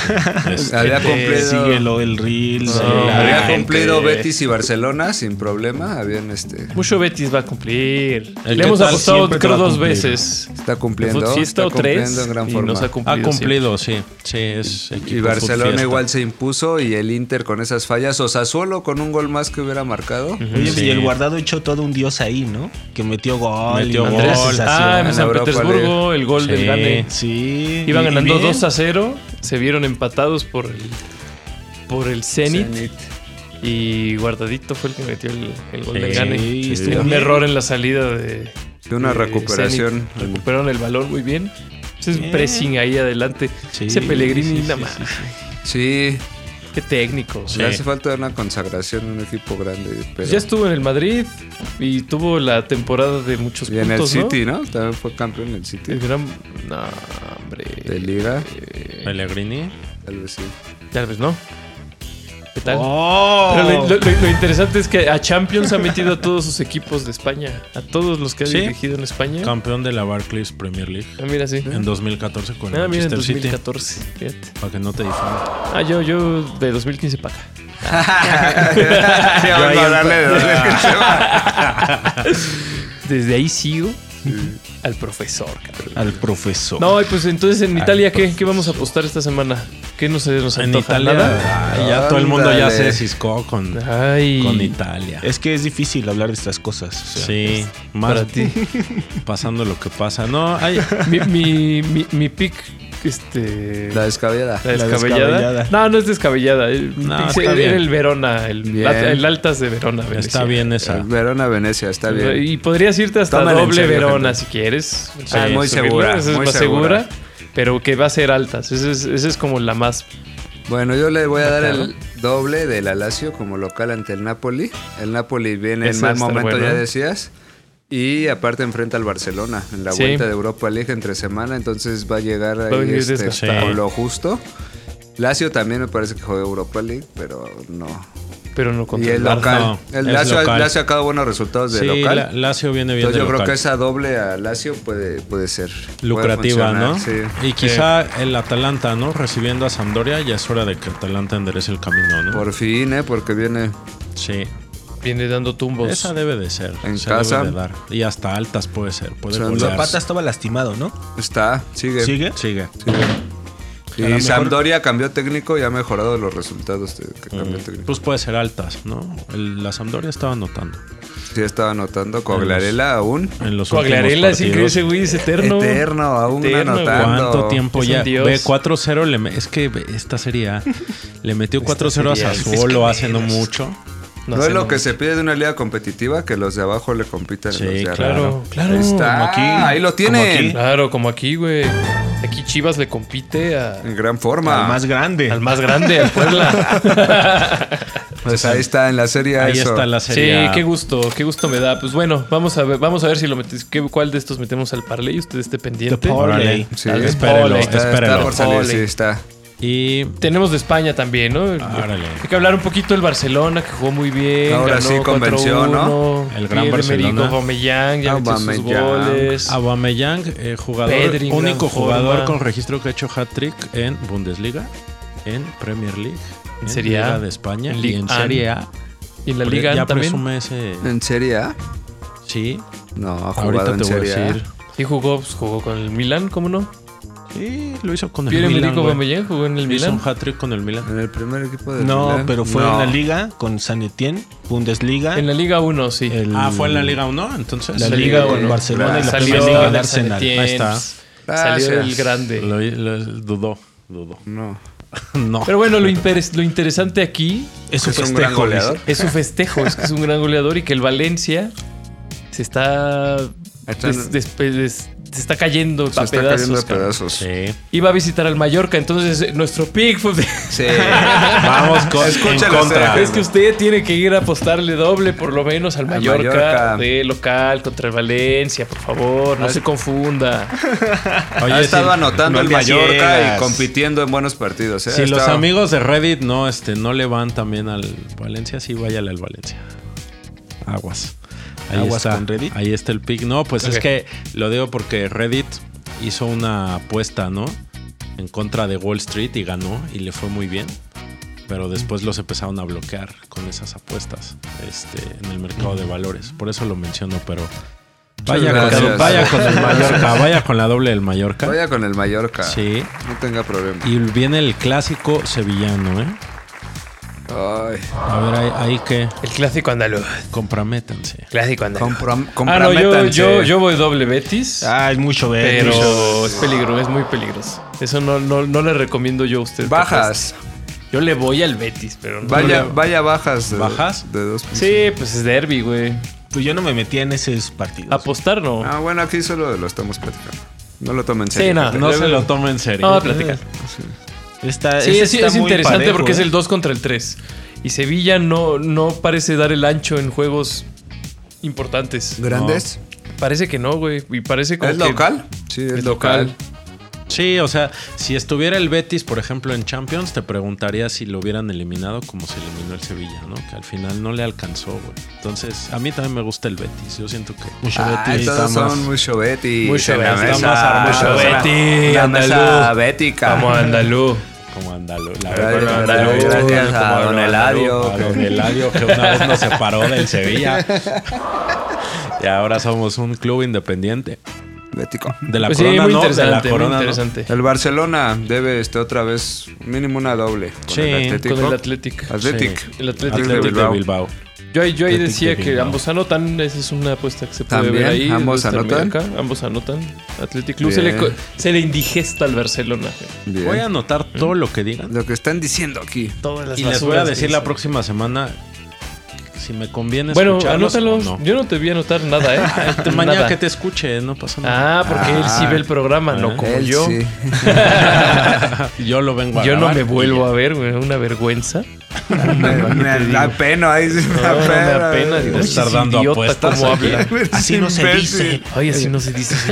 Este, Había Te cumplido, síguelo el reel. No, sí, hombre, la había gente. cumplido Betis y Barcelona sin problema, habían este Mucho Betis va a cumplir. El Le que hemos tal apostado siempre te creo va a dos cumplir. veces. está Fue cumpliendo, fiesta está o tres cumpliendo en gran y forma. nos ha ha cumplido. cumplido, sí. Sí, es equipo y Food Barcelona Fiesta. igual se impuso y el Inter con esas fallas o Sassuolo con un gol más que hubiera marcado. Oye, Sí. y el guardado echó todo un dios ahí, ¿no? Que metió gol. Metió y siempre. gol. Andrés, una ah, en sensación. esa- San Europa Petersburgo, el gol del Sí. Gane. Sí. Iban y- y ganando bien. 2 a 0, se vieron empatados por el por el Zenit, Zenit. y Guardadito fue el que metió el, el gol Sí, del Gane. sí, Un estuvo bien. error en la salida de Y una de recuperación. Eh, Zenit. Recuperaron el balón muy bien. Ese es Bien. precisin ahí adelante. Sí, Ese Pellegrini, sí, sí, nada sí, más. sí, sí. Sí, Qué técnico. Sí. le hace falta una consagración en un equipo grande, pero Ya estuvo en el Madrid y tuvo la temporada de muchos y en el puntos, ¿no? City, ¿no? También fue campeón en el City. El gran... No, hombre. Eh, de liga, Pellegrini. tal vez sí. Tal vez no. ¿Qué tal? Oh. Pero lo, lo- lo- lo interesante es que a Champions ha metido a todos sus equipos de España. A todos los que ha Sí. dirigido en España. Campeón de la Barclays Premier League. Ah, mira, sí. En 2014 con el Ah, mira, en Manchester City. 2014. Fíjate. Para que no te difamen. Ah, yo, yo de 2015 para acá. Sí, vamos a hablarle de dos veces que se va. Desde ahí sigo al profesor, cabrón. Al profesor. No, y pues entonces en Al Italia, ¿qué, ¿qué vamos a apostar esta semana? ¿Qué no se nos En antoja? Italia, ¿Nada? ay, ya todo el mundo ya Ándale. se ciscó con, Ay, con Italia. Es que es difícil hablar de estas cosas. o sea, Sí, para más ti. pasando lo que pasa. No, hay, mi, mi, mi, mi pick, este... La descabellada. La La descabellada. descabellada. No, no es descabellada. El- No, dice- está bien. era el Verona, el, Bien. Lat- el Altas de Verona. Venecia. está bien esa. Verona, Venecia, está bien. Y podrías irte hasta Tómala en doble serio, Verona gente. si quieres. Ah, muy subirla, segura, Esa es muy más segura. segura. Pero que va a ser altas. Esa es, esa es como la más. Bueno, yo le voy a dar Bacano. el doble del Alacio como local ante el Napoli. El Napoli viene en Ese mal está momento, bueno. ya ¿eh? decías. Y aparte enfrenta al Barcelona en la Sí. vuelta de Europa League entre semana, entonces va a llegar a ahí venir este, desgastado. con lo justo. Lazio también me parece que juega Europa League, pero no. Pero no Y contra el Bar- local. no, el es Lazio, local. Lazio ha sacado buenos resultados de Sí, local. la- Lazio viene bien. Entonces de yo creo local. que esa doble a Lazio puede, puede ser. puede lucrativa, funcionar, ¿no? Sí. Y quizá el Atalanta, ¿no? Recibiendo a Sampdoria, ya es hora de que Atalanta enderece el camino, ¿no? Por fin, ¿eh? Porque viene Sí. Viene dando tumbos. Esa debe de ser. pues, En se casa. debe de dar. Y hasta altas puede ser. Puede Son golear. Zapata estaba lastimado, ¿no? Está, sigue. ¿Sigue? Sigue. Y A lo mejor- Sampdoria cambió técnico y ha mejorado los resultados de que cambió técnico. Pues puede ser altas, ¿no? El- la Sampdoria estaba anotando. Sí, estaba anotando. Coaglarela aún. En los Coaglarela, últimos sí, que ese partidos. güey es eterno. Eterno, aún Eterno, anotando. ¿Cuánto tiempo Es un ya? dios. Ve 4-0. le me- Es que esta serie A le metió 4-0 a serie A, Este, es Sassuolo hace no mucho. No No, sé, es lo no. que se pide de una liga competitiva, que los de abajo le compitan a Sí, los de arriba. Claro, claro. Ahí está. aquí, Ahí lo como tienen. aquí. Claro, como aquí, güey. Aquí Chivas le compite a- En gran forma. Al más grande. Ah. al más grande, al Puebla. Pues ahí está en la serie. A Ahí eso. está la Sí, serie A. qué gusto, qué gusto me da. Pues bueno, vamos a ver, vamos a ver si lo metes, qué- cuál de estos metemos al parlay. Usted esté pendiente. Órale. Sí. Espérenlo, Ole. Está, está espérenlo. por salir, Ole. sí, está. Y Tenemos de España también, ¿no? Órale. Hay que hablar un poquito del Barcelona, que jugó muy bien. Ahora ganó sí convenció, 4-1. ¿no? El gran Pierre-Emerick Barcelona. Aubameyang, ya metió sus Aubameyang. goles. Aubameyang, eh, jugador, Pedri en único gran jugador forma. con registro que ha hecho hat-trick en Bundesliga, en Premier League, en Serie Liga A, de España en y Ligue en 1. Serie A. Y en la Pre- Liga ya también. presume ese. ¿En serie A? Sí, No, ha jugado ahorita en te voy serie a A. decir. Sí jugó, pues, jugó con el Milan, ¿cómo no? Sí, lo hizo con el Pierre-Emerick Milan. güey. Aubameyang jugó en el Hizo Milan. un hat-trick con el Milan. En el primer equipo de No, pero fue en la liga con San Etienne, Bundesliga. En la Liga 1, sí. el- Ah, fue en la Liga 1, entonces. la Sí, liga con bueno, Barcelona y la claro. Premier salió League del del Arsenal. Saint-Étienne. Ahí está. Salió del Gracias. grande. Lo, lo- dudó, dudó. No. no. Pero bueno, lo, interes- lo interesante aquí Es un Es un festejo. gran goleador. dice. es su festejo, es que es un gran goleador y que el Valencia se está Está- des- des- des- se está cayendo Se a está pedazos. cayendo a cabrón. pedazos. Sí. Iba a visitar al Mallorca, entonces eh, nuestro pick fue Sí. Vamos con, en Escúchalo, contra. Sergio. Es que usted tiene que ir a apostarle doble, por lo menos, al Mallorca, Mallorca. de local contra el Valencia, por favor, no Ah, se confunda. Oye, ha estado sí. anotando no el le Mallorca ciegas. y compitiendo en buenos partidos. ¿eh? Si Ha los estado- amigos de Reddit no, este, no le van también al Valencia, sí váyale al Valencia. Aguas. Ahí Aguas está. con Reddit. Ahí está el pick. No, pues es Ok. que lo digo porque Reddit hizo una apuesta, ¿no? En contra de Wall Street y ganó y le fue muy bien. Pero después los empezaron a bloquear con esas apuestas este, en el mercado de valores. Por eso lo menciono, pero vaya, con, gracias. vaya con el Mallorca, vaya con la doble del Mallorca. Vaya con el Mallorca. Sí. No tenga problema. Y viene el clásico sevillano, ¿eh? Ay, A ver, ahí, ahí que El clásico andaluz. comprométanse. Clásico andaluz. comprom- Ah, no, yo, comprométanse. yo, yo voy doble Betis. Ah, es mucho ver. Pero es peligroso, es muy peligroso. Eso no, no, no le recomiendo yo a usted. que Bajas. apueste. Yo le voy al Betis, pero no. Vaya, vaya bajas. De, ¿Bajas? De dos pisos. Sí, pues es derby, güey. Pues yo no me metía en esos partidos. pues, Apostar no. Ah, bueno, aquí solo lo estamos platicando. No lo tomen en Sí, serio. no, gente. No se lo tomen en serio. No, a platicar. Está- Sí, ese es, está es muy interesante parejo, porque es ¿eh? el 2 contra el 3. Y Sevilla no, no parece dar el ancho en juegos importantes. ¿Grandes? Parece que no, güey. Y parece como ¿Es que- local? Sí, es, Es local. local. Sí, o sea, si estuviera el Betis, por ejemplo, en Champions, te preguntaría si lo hubieran eliminado como se eliminó el Sevilla, ¿no? Que al final no le alcanzó, güey. Entonces, a mí también me gusta el Betis. Yo siento que. Mucho Ah, Betis, todos está más- son mucho Betis. Mucho en la Betis, está mesa. más armado. Mucho Mucho Betis. Betis, La mesa andaluz. bética. Como andaluz. Como Andalo. La Gracias, verdad, gracias, Andalo, gracias a como don Andalo, Eladio, A que- don Eladio, que una vez nos separó del Sevilla. y ahora somos un club independiente. Bético. De la Pues sí, corona, muy ¿no? De la interesante, muy corona, ¿no? interesante. El Barcelona debe este, otra vez mínimo una doble con Sí, el Atlético. Con el Athletic. Athletic. Sí. El Athletic. Atlético de Bilbao. Bilbao. Yo ahí, yo ahí Athletic de decía que Bilbao. ambos anotan, esa es una apuesta que se puede También, ver ahí. ambos Está muy anotan. acá, ambos anotan. Athletic Club se le, Bien. co- se le indigesta al Barcelona. güey. Bien. Voy a ¿eh? anotar todo lo que digan. Lo que están diciendo aquí. Todas Mm. las Y les voy a basuras que decir la dicen. próxima semana si me conviene Bueno, escucharlos o anótalos. no. Yo no te vi anotar nada, ¿eh? Te- mañana Nada. que te escuche, ¿eh? no pasa nada. Ah, porque él sí Ah. ve el programa, no como Él yo. sí. Yo lo vengo a Ah. Yo no grabar me y vuelvo ya. a ver, güey, una vergüenza. Me- me da pena. ahí sí me No, da no me pena. apena. Voy Digo, a "Ay, estar es dando idiota, apuestas ¿Cómo aquí". habla? Así no se dice. Ay, así no se dice, es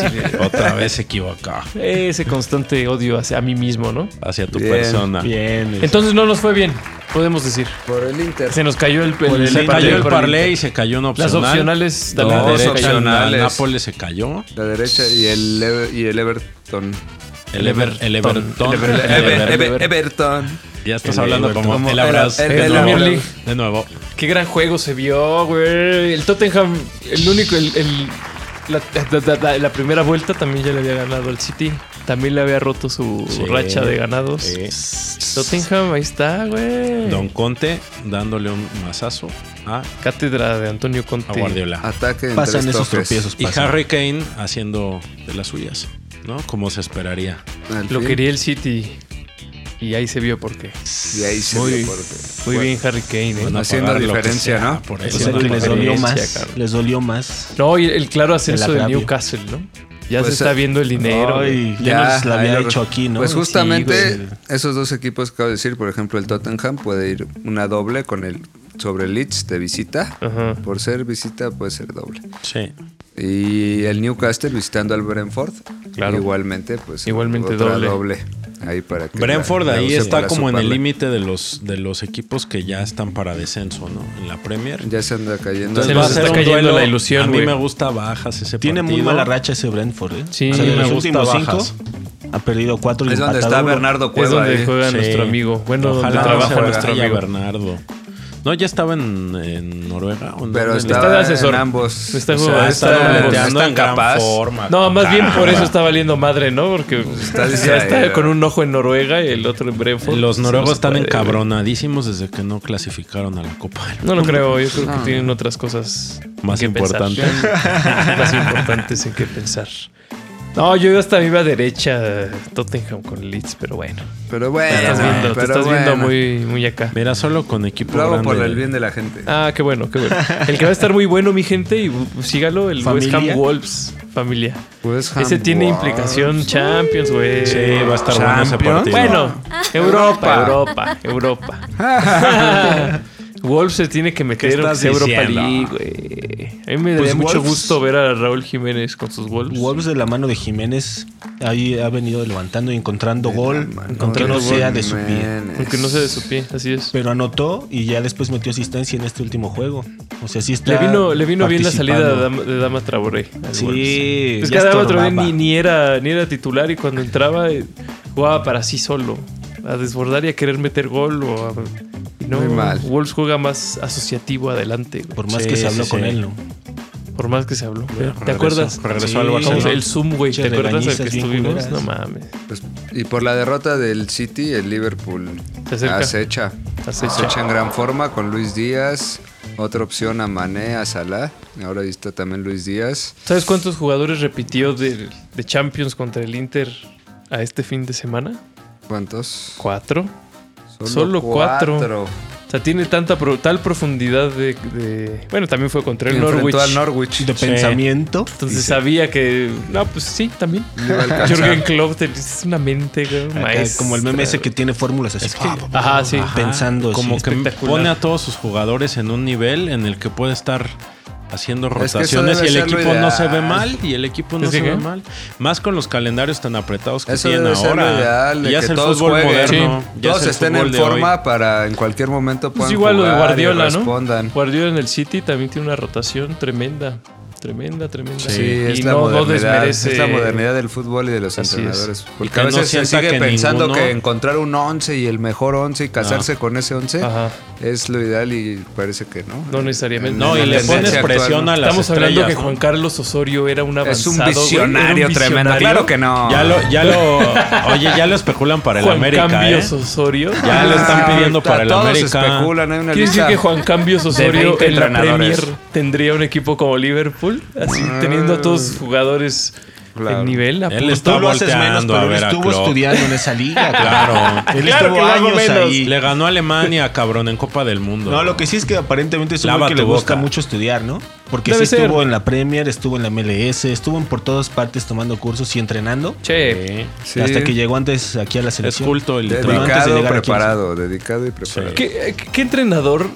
imbécil. Otra vez se equivocó Ese constante odio hacia a mí mismo, ¿no? hacia tu Bien, persona. Bien. es- Entonces no nos fue bien, podemos decir. Por el Inter. Se nos cayó el, Por el Se Sí, cayó también el por parlay y Inter. se cayó una Las opcional. opcionales La también. Dos derecha, opcionales. la Nápoles se cayó. La derecha y el, Ever- y el Everton. El, Ever- el Everton. El Ever- El Ever- Ever- Ever- Everton. Ya estás el hablando Everton. como Como el el- abrazo. el- de, el nuevo, Premier League. de nuevo. Qué gran juego se vio, güey. El Tottenham, el único, el, el- la, da- da- da- la primera vuelta también ya le había ganado al City. También le había roto su Sí. racha de ganados. Tottenham, ahí está, güey. Don Conte dándole un mazazo a, Cátedra de Antonio a Conte. Guardiola. Ataque en Pasan tres esos toques. tropiezos. Y pasan. Harry Kane haciendo de las suyas, ¿no? Como se esperaría. Al Lo fin. quería el City. Y ahí se vio por qué. Y ahí se Muy- vio porque- Muy Bueno, bien, Harry Kane. ¿eh? Van a Haciendo pagar lo que diferencia, sea ¿no? Por O eso. sea, Pues que Una les dolió diferencia, más. cabrón. Les dolió más. No, y el claro ascenso El de agravio. Newcastle, ¿no? Ya Pues, se está viendo el dinero. güey. Ay, ya, nos la ahí había lo- hecho aquí, ¿no? Pues Sí, justamente güey. esos dos equipos que acabo de decir, por ejemplo, el Tottenham puede ir una doble con el sobre el Leeds de visita. Ajá. Por ser visita puede ser doble. Sí. Y el Newcastle visitando al Brentford. Claro. Igualmente, pues. Igualmente otra doble. Ahí para que Brentford la- la ahí usen está para como en el soparle. límite de los, de los equipos que ya están para descenso, ¿no? En la Premier. Ya se anda cayendo. Se Entonces nos va a ser está un cayendo duelo. la ilusión, A mí güey. me gusta bajas ese Tiene muy partido. mala racha ese Brentford, ¿eh? Sí. O sea, Sí, de los me gusta últimos cinco, bajas. ha perdido cuatro y es donde empatado está uno. Bernardo Es Cueva. ¿eh? donde ahí. juega Sí. nuestro amigo. Bueno, Ojalá donde no trabaja se nuestro vaya amigo. Bernardo. No, ya estaba en, en Noruega. ¿o en Pero dónde? estaba Está de asesor. en ambos. Está O sea, jugando- está está- dobleteando está en gran capaz. forma. No, más bien por Caramba. eso está valiendo madre, ¿no? Porque Ah, Pues está ya está distraído. con un ojo en Noruega y el otro en Brentford. Los Se noruegos nos están puede, güey. encabronadísimos desde que no clasificaron a la Copa. del No lo Mundo. creo, yo creo Ah. que tienen otras cosas Más que pensar. importantes. más importantes en qué pensar. No, yo hasta iba derecha Tottenham con Leeds, pero bueno. Pero bueno. Te estás viendo, te pero estás viendo bueno. muy, muy acá. Mira, solo con equipo Lo hago grande. por el bien de la gente. Ah, qué bueno, qué bueno. El que va a estar muy bueno, mi gente, y bu- sígalo, el Familia. West Ham Wolves, familia. West Ham Ese tiene Wolves. implicación Champions, güey. Sí, va a estar bueno ese Champions. partido. Bueno, Europa, Europa, Europa. Wolves se tiene que meter en estás Europa diciendo? League, güey. A mí me Pues daría mucho Wolves- gusto ver a Raúl Jiménez con sus Wolves. Wolves de la mano de Jiménez ahí ha venido levantando y encontrando gol, aunque encontrando no gol, sea de su pie. Jiménez. Aunque no sea de su pie, así es. Pero anotó y ya después metió asistencia en este último juego. O sea, sí está Le vino, le vino bien la salida de participando. Dama, de Dama Traoré. al Sí, Wolves. Es que ya Dama Traoré estorbaba. ni, ni era, ni era titular y cuando entraba eh, jugaba para sí solo. A desbordar y a querer meter gol o a- y No, Muy mal. Wolves juega más asociativo adelante, güey, Por más Sí, que se habló sí, con sí. Ah, él, ¿no? por más que se habló. ¿Te Regresó- acuerdas? Regresó Sí. al ¿Cómo Sí, se- ¿no? Barcelona. El Zoom, güey. ¿Te Pinches acuerdas al que regañizas bien estuvimos? culeras. No mames. Pues, y por la derrota del City, el Liverpool Se acerca. acecha. Acecha. en gran forma con Luis Díaz. Otra opción a Mané, a Salah. Ahora ahí está también Luis Díaz. ¿Sabes cuántos jugadores repitió de, de Champions contra el Inter a este fin de semana? ¿Cuántos? Cuatro. Solo cuatro. O sea, tiene tanta pro- tal profundidad de, de- Bueno, también fue contra el Y enfrentó Norwich. al Norwich. De pensamiento. Entonces sabía que. No, pues sí, también. No iba a alcanzar. Jürgen Klopp te- es una mente, güey, acá, maestra. como el meme ese que tiene fórmulas así. Ajá, sí. Ajá. pensando, como sí, que espectacular. pone a todos sus jugadores en un nivel en el que puede estar haciendo que eso rotaciones debe y el ser lo equipo no se ve ideal. mal y el equipo no ¿Es que se qué? ve mal más con los calendarios tan apretados que Eso tienen debe ser lo ahora ideal, de y ya que es el todos fútbol jueguen. moderno Sí. ya es Todos el estén fútbol en de hoy. forma para en cualquier momento Es puedan Pues igual lo de jugar y Guardiola, ¿no? respondan. Guardiola en el City también tiene una rotación tremenda. Tremenda, tremenda. Sí, es, y la no, no modernidad, desmerece. es la modernidad del fútbol y de los Así es. entrenadores. que Porque a no veces se sienta sigue que pensando ninguno- que encontrar un 11 y el mejor 11 y casarse con ese 11 Ajá. es lo ideal y parece que no. No necesariamente. No, y La le pones tendencia actual, presión ¿no? a las Estamos hablando que estrellas, ¿no? Juan Carlos Osorio era un Es avanzado. un güey, era visionario tremendo. Claro que no. Ya lo, ya lo, oye, ya lo especulan para el Juan América, Cambios ¿eh? Osorio. Ya lo están pidiendo Ah, para el todos América. especulan, hay una Quiere decir lista. que Juan Cambios Osorio 20 en la Premier entrenadores. tendría un equipo como Liverpool, así teniendo a todos jugadores Ah. Claro. en nivel. a Él punto. está volteando a él ver a estuvo Klopp. estudiando en esa liga. güey. Claro. Él Claro estuvo que lo hago años menos. ahí. Le ganó a Alemania, cabrón, en Copa del Mundo. No, lo que sí es que aparentemente es un Lava güey que le tu gusta boca. mucho estudiar, ¿no? Porque Debe sí ser. estuvo en la Premier, estuvo en la MLS, estuvo en por todas partes tomando cursos y entrenando. Che, Sí. Sí. Hasta que llegó antes aquí a la Es selección. culto el Pero antes de Dedicado, llegar aquí, preparado, dedicado y preparado. ¿qué, qué entrenador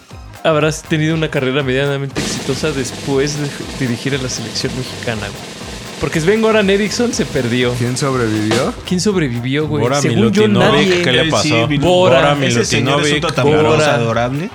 habrás tenido una carrera medianamente exitosa después de dirigir a la selección mexicana? güey? Porque Sven Goran Eriksson se perdió. ¿Quién sobrevivió? ¿Quién sobrevivió, güey? Bora Según yo, Milutinovic, nadie. ¿qué le Él pasó? sí, Bora, Bora Ese señor es un Milutinovic, totavaloso Bora. adorable.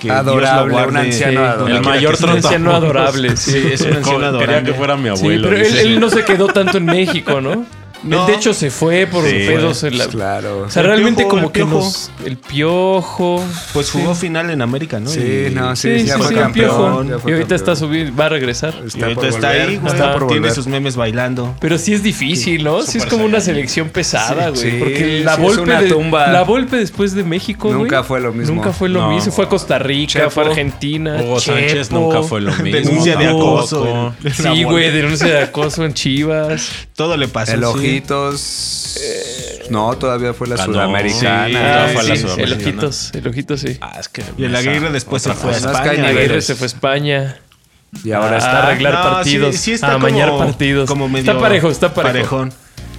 Que Adorable, Dios lo un guarde. anciano adorable. el mayor Es un anciano trotamundos. adorable, sí. Sí, es un ¿eh? anciano Como- Quería adorable. que fuera mi Sí, abuelo. pero él, dice. él no se quedó tanto en México, ¿no? No. Él, de hecho, se fue por Sí. pedos en Pues la... Claro. O sea, El realmente piojo, como el que piojo. nos... El piojo... Pues jugó final en América, ¿no? Sí, Y- no, sí, Sí, ya sí, fue sí, el piojo. campeón. Y ya ahorita fue está campeón. subiendo, va a regresar. Y ahorita por está volver, ahí, güey. Está por Tiene volver. sus memes bailando. Pero sí es difícil, ¿no? Sí es Super como una Saiyajin. selección pesada, güey. Sí, porque sí, la es Volpe una de- tumba. la Volpe después de México, güey, Nunca fue lo mismo. Nunca fue lo No. mismo. Fue a Costa Rica, Chepo. fue a Argentina. Hugo Sánchez Chepo. nunca fue lo mismo. Denuncia de tampoco. acoso. el- Sí, güey, denuncia de acoso en Chivas. Todo le pasó. El sí. ojitos. No, todavía fue la Ganó. sudamericana. Sí, Todavía Ah, fue la el sí, sudamericana. Sudamericana. ojitos, el ojitos, sí. Ah, es que Y el esa- Aguirre después se otra fue a vez. más España. caña, güey. Aguirre se fue a España. Y ahora a está. arreglar No, partidos, sí- sí está a amañar como- partidos. como medio está parejo, está parejo. parejón.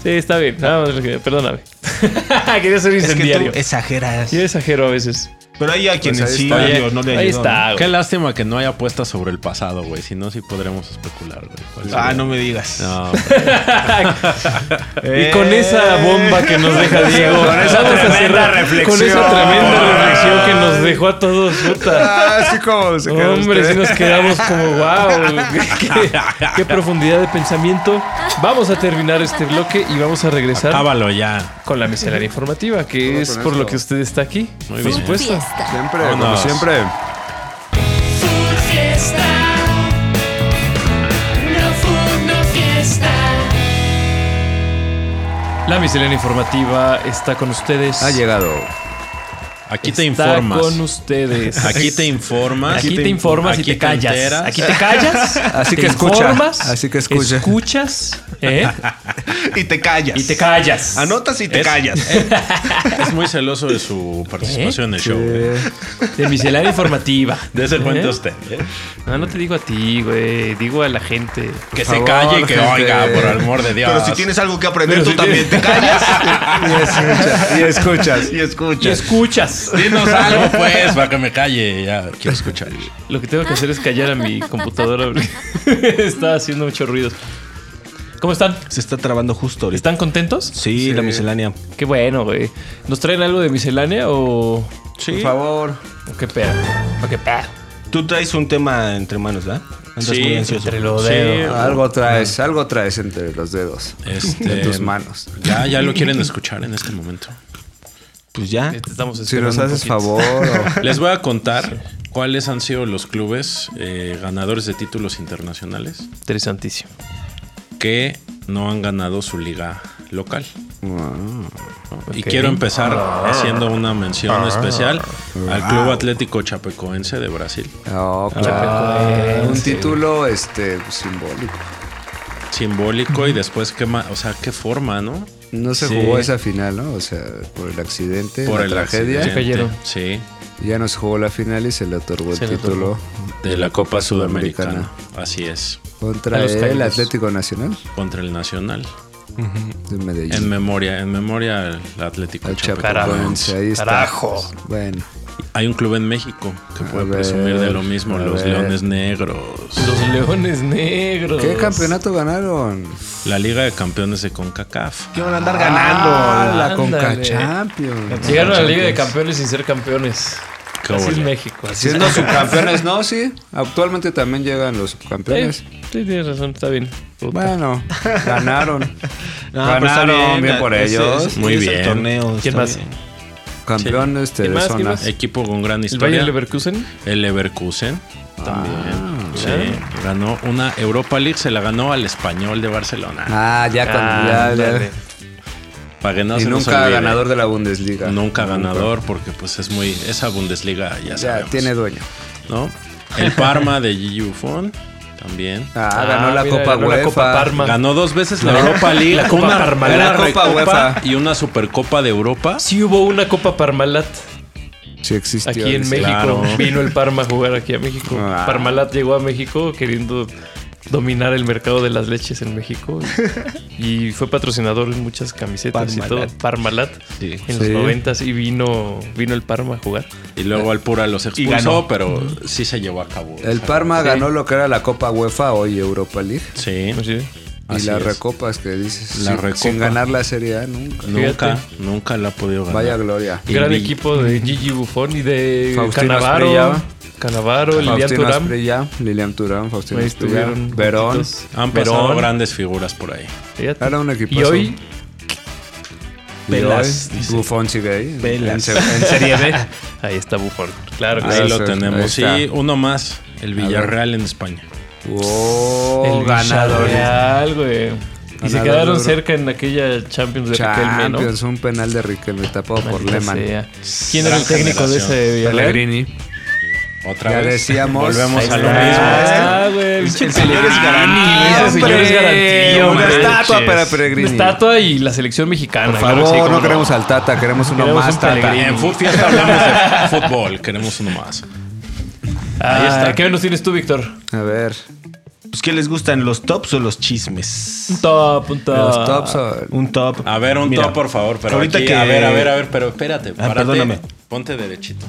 Sí, está bien. Nada más, que- perdóname. Quería ser Es que incendiario. tú exageras. Yo exagero a veces. Pero hay a quienes ahí sí está. Dios, no le Ahí ayudó. está, Qué güey. lástima que no haya apuestas sobre el pasado, güey. Si no, sí podremos especular, güey. ¿Cuál ¿no? Ah, sería? no me digas. No, Y con esa bomba que nos deja Diego. Eh, Con esa vamos a tremenda cerrar reflexión. Con esa tremenda reflexión que nos dejó a todos, puta. Ah, sí, como se quedó Hombre, usted. si nos quedamos como wow. Qué, qué profundidad de pensamiento. Vamos a terminar este bloque y vamos a regresar Acábalo ya. con la miscelánea informativa, que Todo es Ah, con por lo esto. que usted está aquí. Muy por bien. supuesto. fiesta. Siempre, como Vámonos. siempre. Food Fiesta. No food, no fiesta. La miscelánea informativa está con ustedes. Ha llegado. Aquí te Está informas. con ustedes. Aquí te informas. Aquí Ah, te informas Aquí y te, callas. enteras. Aquí te callas. Así te que escucha, informas, así que escucha. Escuchas ¿eh? Y te callas. y te callas. Anotas y te Es- callas. Es muy celoso de su participación en el show. güey. Eh, De miscelánea informativa. Ah, De ese cuento usted. ¿eh? No, no te digo a ti, güey. Digo a la gente. Que favor, se calle y que gente. oiga, por el amor de Dios. Pero si tienes algo que Pero aprender, tú si también te callas. Y escuchas. y Y escuchas. Y escuchas. escuchas. Dinos algo, pues, para que me calle. Ya quiero escuchar. Lo que tengo que hacer es callar a mi computadora. porque Está haciendo muchos ruidos. ¿Cómo están? Se está trabando justo ahorita. ¿Están contentos? Sí, la miscelánea. Qué bueno, güey. ¿Nos traen algo de miscelánea o, Por favor. o qué pedo? ¿O qué pedo? Tú traes un tema entre manos, ¿verdad? Andas Sí, muy ansioso. Entre los Sí. dedos. Algo traes, algo traes entre los dedos. Este, En tus manos. Ya, ya lo quieren escuchar en este momento. Pues ya. Te Estamos Si esperando nos un haces poquito. favor. o- Les voy a contar cuáles han sido los clubes eh, ganadores de títulos internacionales Interesantísimo. que no han ganado su liga local. Y Ok. quiero empezar haciendo una mención especial al Club Atlético Chapecoense de Brasil. No, pues, Ah, un sí. título este simbólico. Simbólico y después qué ma- o sea, qué forma, ¿no? No se Sí. jugó esa final, ¿no? O sea, por el accidente, Por la el tragedia. accidente. cayeron. Sí, Ya nos jugó la final y se le otorgó Se el le título de la Copa Sudamericana. Sudamericana. Así es, contra A los el caídos. Atlético Nacional contra el Nacional. de Medellín. En memoria, en memoria al Atlético Al Chapecoense. Chapecoense, ahí está. Carajo. Bueno, Hay un club en México que puede ver, presumir de lo mismo, a los ver. Leones Negros. Los Leones Negros. ¿qué campeonato ganaron? La Liga de Campeones de CONCACAF. ¿Qué van a andar ganando? Ah, la Ándale. Conca Champions. Llegaron a la Liga de Campeones sin ser campeones. Qué Así es ole. México. Así es. Siendo subcampeones, no, sí. Actualmente también llegan los subcampeones. Sí, sí, tienes razón, está bien. Bueno, ganaron. No, pero Ah, pues está ganaron bien, la- por ese- ellos. ese- Muy es el bien. torneo, ¿Quién está más? bien. Campeón este, ¿Quién de más? ¿Quién zona. más? Equipo con gran El Bayern historia. Leverkusen. El Leverkusen. Ah, También. sí. Ganó una Europa League, se la ganó al español de Barcelona. Ah, ya cuando. ya, ya. Ándale. Para que no y se nos nunca olvide. ganador de la Bundesliga. Nunca ganador, porque pues es muy. Esa Bundesliga ya Ya, sabemos, tiene dueño. ¿no? El Parma de Gigi Buffon también. Ah, Ah, ganó la mira, Copa ganó la UEFA. Copa Parma. Ganó dos veces la Europa League, La Copa una, Parmalat. una La Copa Recopa UEFA. y una Supercopa de Europa. Sí hubo una Copa Parmalat Sí existió. aquí en dice. México. Claro. Vino el Parma a jugar aquí a México. Ah. Parmalat llegó a México queriendo dominar el mercado de las leches en México. y fue patrocinador en muchas camisetas y Parmalat. todo. Parmalat. Sí. En los Sí. noventas y vino, vino el Parma a jugar. Y luego al Pura los Y ganó. expulsó, pero sí se llevó a cabo. El Parma ganó lo que era la Copa UEFA, hoy Europa League. Sí. Sí. Y Así las es. recopas que dices. La sin, recopa. sin ganar la Serie A nunca. Nunca, nunca la ha podido ganar. Vaya gloria. Y Gran vi- equipo de Gigi Buffon y de Faustino Canavaro. Asprilla. Canavaro, Lilian Faustino Thuram. Asprilla, Lilian Turán, Faustino Ahí Asprilla, estuvieron Verón. juntitos. Han pasado Verón, grandes figuras por ahí. fíjate. Era un equipazo. Y hoy, y Velas, hoy dice. Buffon sigue ahí. en- Velas. En, se- en Serie B. ahí está Buffon. Claro que Ah, Ahí sí. lo sí, ahí tenemos. está. sí, uno más. El Villarreal en España. Oh, ganador. Villarreal, güey. Y se Ganador quedaron duro. cerca en aquella Champions de Riquelme, ¿no? Champions, un penal de Riquelme tapado por Maldita Lehmann. sea. ¿Quién era Gran el técnico de generación. ese Villarreal? Pellegrini. Otra Ya vez. decíamos. Volvemos Ahí a lo mismo. Ah, güey. El pinche señor es garantía, Pellegrini, Ah, Ese señor es hombre. garantía, Una hombre. estatua para Pellegrini. Una estatua y la selección mexicana. Por claro que sí, favor, cómo no queremos al Tata, queremos uno Queremos más un Tata. Pellegrini. En Fufias hablamos de fútbol. Queremos uno más. Ah, Ahí está. ¿Qué nos tienes tú, Víctor? A ver, Pues, ¿Qué les gustan, los tops o los chismes? Un top, un top. los tops. o- Un top. A ver, un Mira, top, por favor. Pero ahorita aquí- que- A ver, a ver, a ver. Pero espérate. párate, perdóname. Ponte derechito.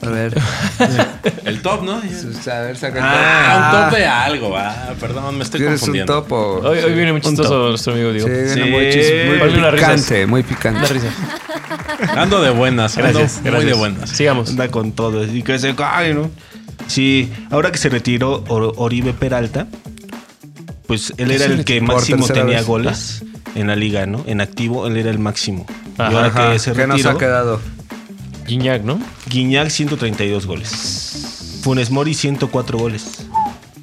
A ver, El top, ¿no? a ver, saca el Ah, un top. top de algo. Ah, perdón, me estoy ¿Quieres un confundiendo. top o...? Hoy, hoy viene muy chistoso nuestro amigo Sí, Diego. viene Sí. muy, chis- muy Ponle unas risas. picante, muy Una picante. risa. Ando de buenas. ando Gracias, muy gracias. de buenas. Sigamos. Anda con todo. Y que se cae, ¿no? Sí, ahora que se retiró Or- Oribe Peralta, pues él era el que Por máximo tercera tenía vez. Ah. goles en la liga, ¿no? En activo, él era el máximo. Ajá, y ahora Ajá, que se ¿Qué nos ha retiró, quedado? Guiñac, ¿no? Guiñac 132 goles. Funes Mori 104 goles.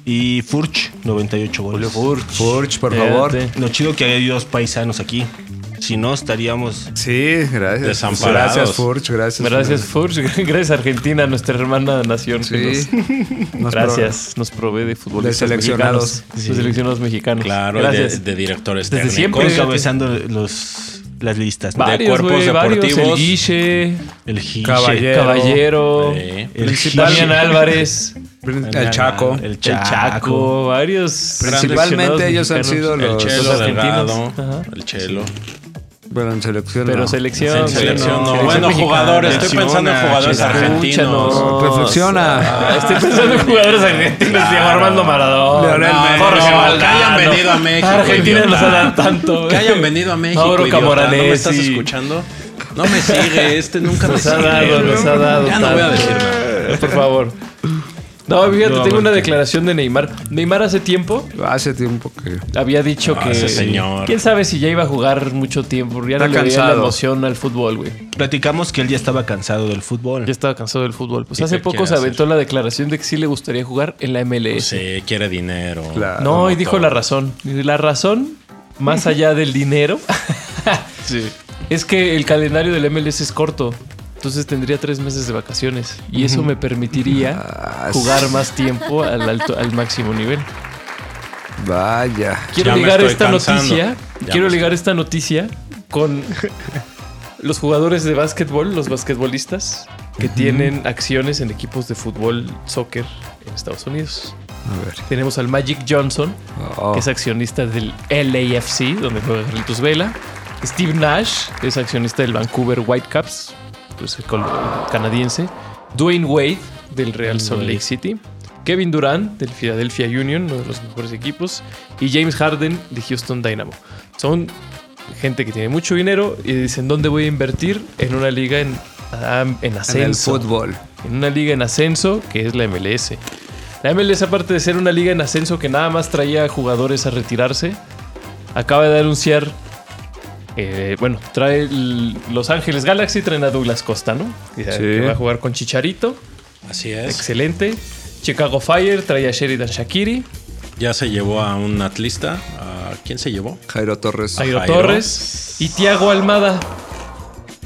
Y Furch 98 goles. Furch, por favor. Fíjate. Lo chido que hay dos paisanos aquí. Si no, estaríamos... Sí, gracias. Desamparados. Gracias, Furch, gracias. Gracias, Furch. Gracias, Argentina, nuestra hermana nación. que Sí. nos- Nos gracias. Nos provee de futbolistas De seleccionados. mexicanos. De seleccionados mexicanos. Claro, de, Gracias. de directores Desde técnicos. siempre. Con cabezando los, las listas. ¿no? varios, cuerpos güey, varios. El deportivos. Guiche, El Gil, Caballero. Caballero, Sí. El Damián Gil. Álvarez, El, Chaco. El el Chaco, varios. seleccionados Principalmente ellos han mexicanos. sido El los... Chelo los argentinos. Delgado. Ajá. El Chelo. Bueno, en selección Pero no. selección. En selección, no. selección Bueno, mexicana. jugadores. Estoy selecciona, pensando en jugadores chela. argentinos. Escúchanos. Reflexiona. Ah, Estoy pensando en jugadores argentinos. Diego Armando Maradona. Leonel Messi. Jorge No, que Valdano. hayan venido a México, Argentina no idiota. se dan tanto. Que hayan venido a México. Mauro idiota. ¿No me estás Camoranesi. escuchando? No me sigue. Este nunca me Nos ha sigue. dado, nos ha dado. Ya no voy a tanto. decir nada. Por favor. No, fíjate, No, tengo una porque- declaración de Neymar. Neymar hace tiempo Hace tiempo que... había dicho Ah, que. ese señor. Quién sabe si ya iba a jugar mucho tiempo. Ya no Está le veía la cansado. emoción al fútbol, güey. Platicamos que él ya estaba cansado del fútbol. Ya estaba cansado del fútbol. Pues ¿Y hace qué poco quiere se aventó hacer? la declaración de que sí le gustaría jugar en la MLS. Pues Sí, quiere dinero. Claro. No, y dijo todo. la razón. Y La razón, más allá del dinero, es que el calendario del MLS es corto. Entonces tendría tres meses de vacaciones. Y eso me permitiría Ah, jugar sí. más tiempo al, alto- al máximo nivel. Vaya. Quiero Ya me ligar estoy esta cansando. noticia. Ya quiero me ligar esta noticia con los jugadores de básquetbol, los basquetbolistas, que tienen acciones en equipos de fútbol, soccer en Estados Unidos. A ver. Tenemos al Magic Johnson, Oh. que es accionista del LAFC, donde juega Carlitos Vela. Steve Nash es accionista del Vancouver Whitecaps, pues el col- canadiense. Dwayne Wade del Real Salt Lake City. Kevin Durant del Philadelphia Union, uno de los mejores equipos. Y James Harden de Houston Dynamo. Son gente que tiene mucho dinero y dicen dónde voy a invertir en una liga en, en En el ascenso. fútbol. en una liga en ascenso que es la MLS. La MLS, aparte de ser una liga en ascenso que nada más traía jugadores a retirarse, acaba de anunciar. eh, bueno, trae el- Los Ángeles Galaxy, traen a Douglas Costa, ¿no? Que- Que va a jugar con Chicharito. Así es. Excelente. Chicago Fire trae a Sheridan Shakiri. Ya se llevó a un atlista. ¿A quién se llevó? Jairo Torres. Jairo Jairo. Torres y Tiago Almada,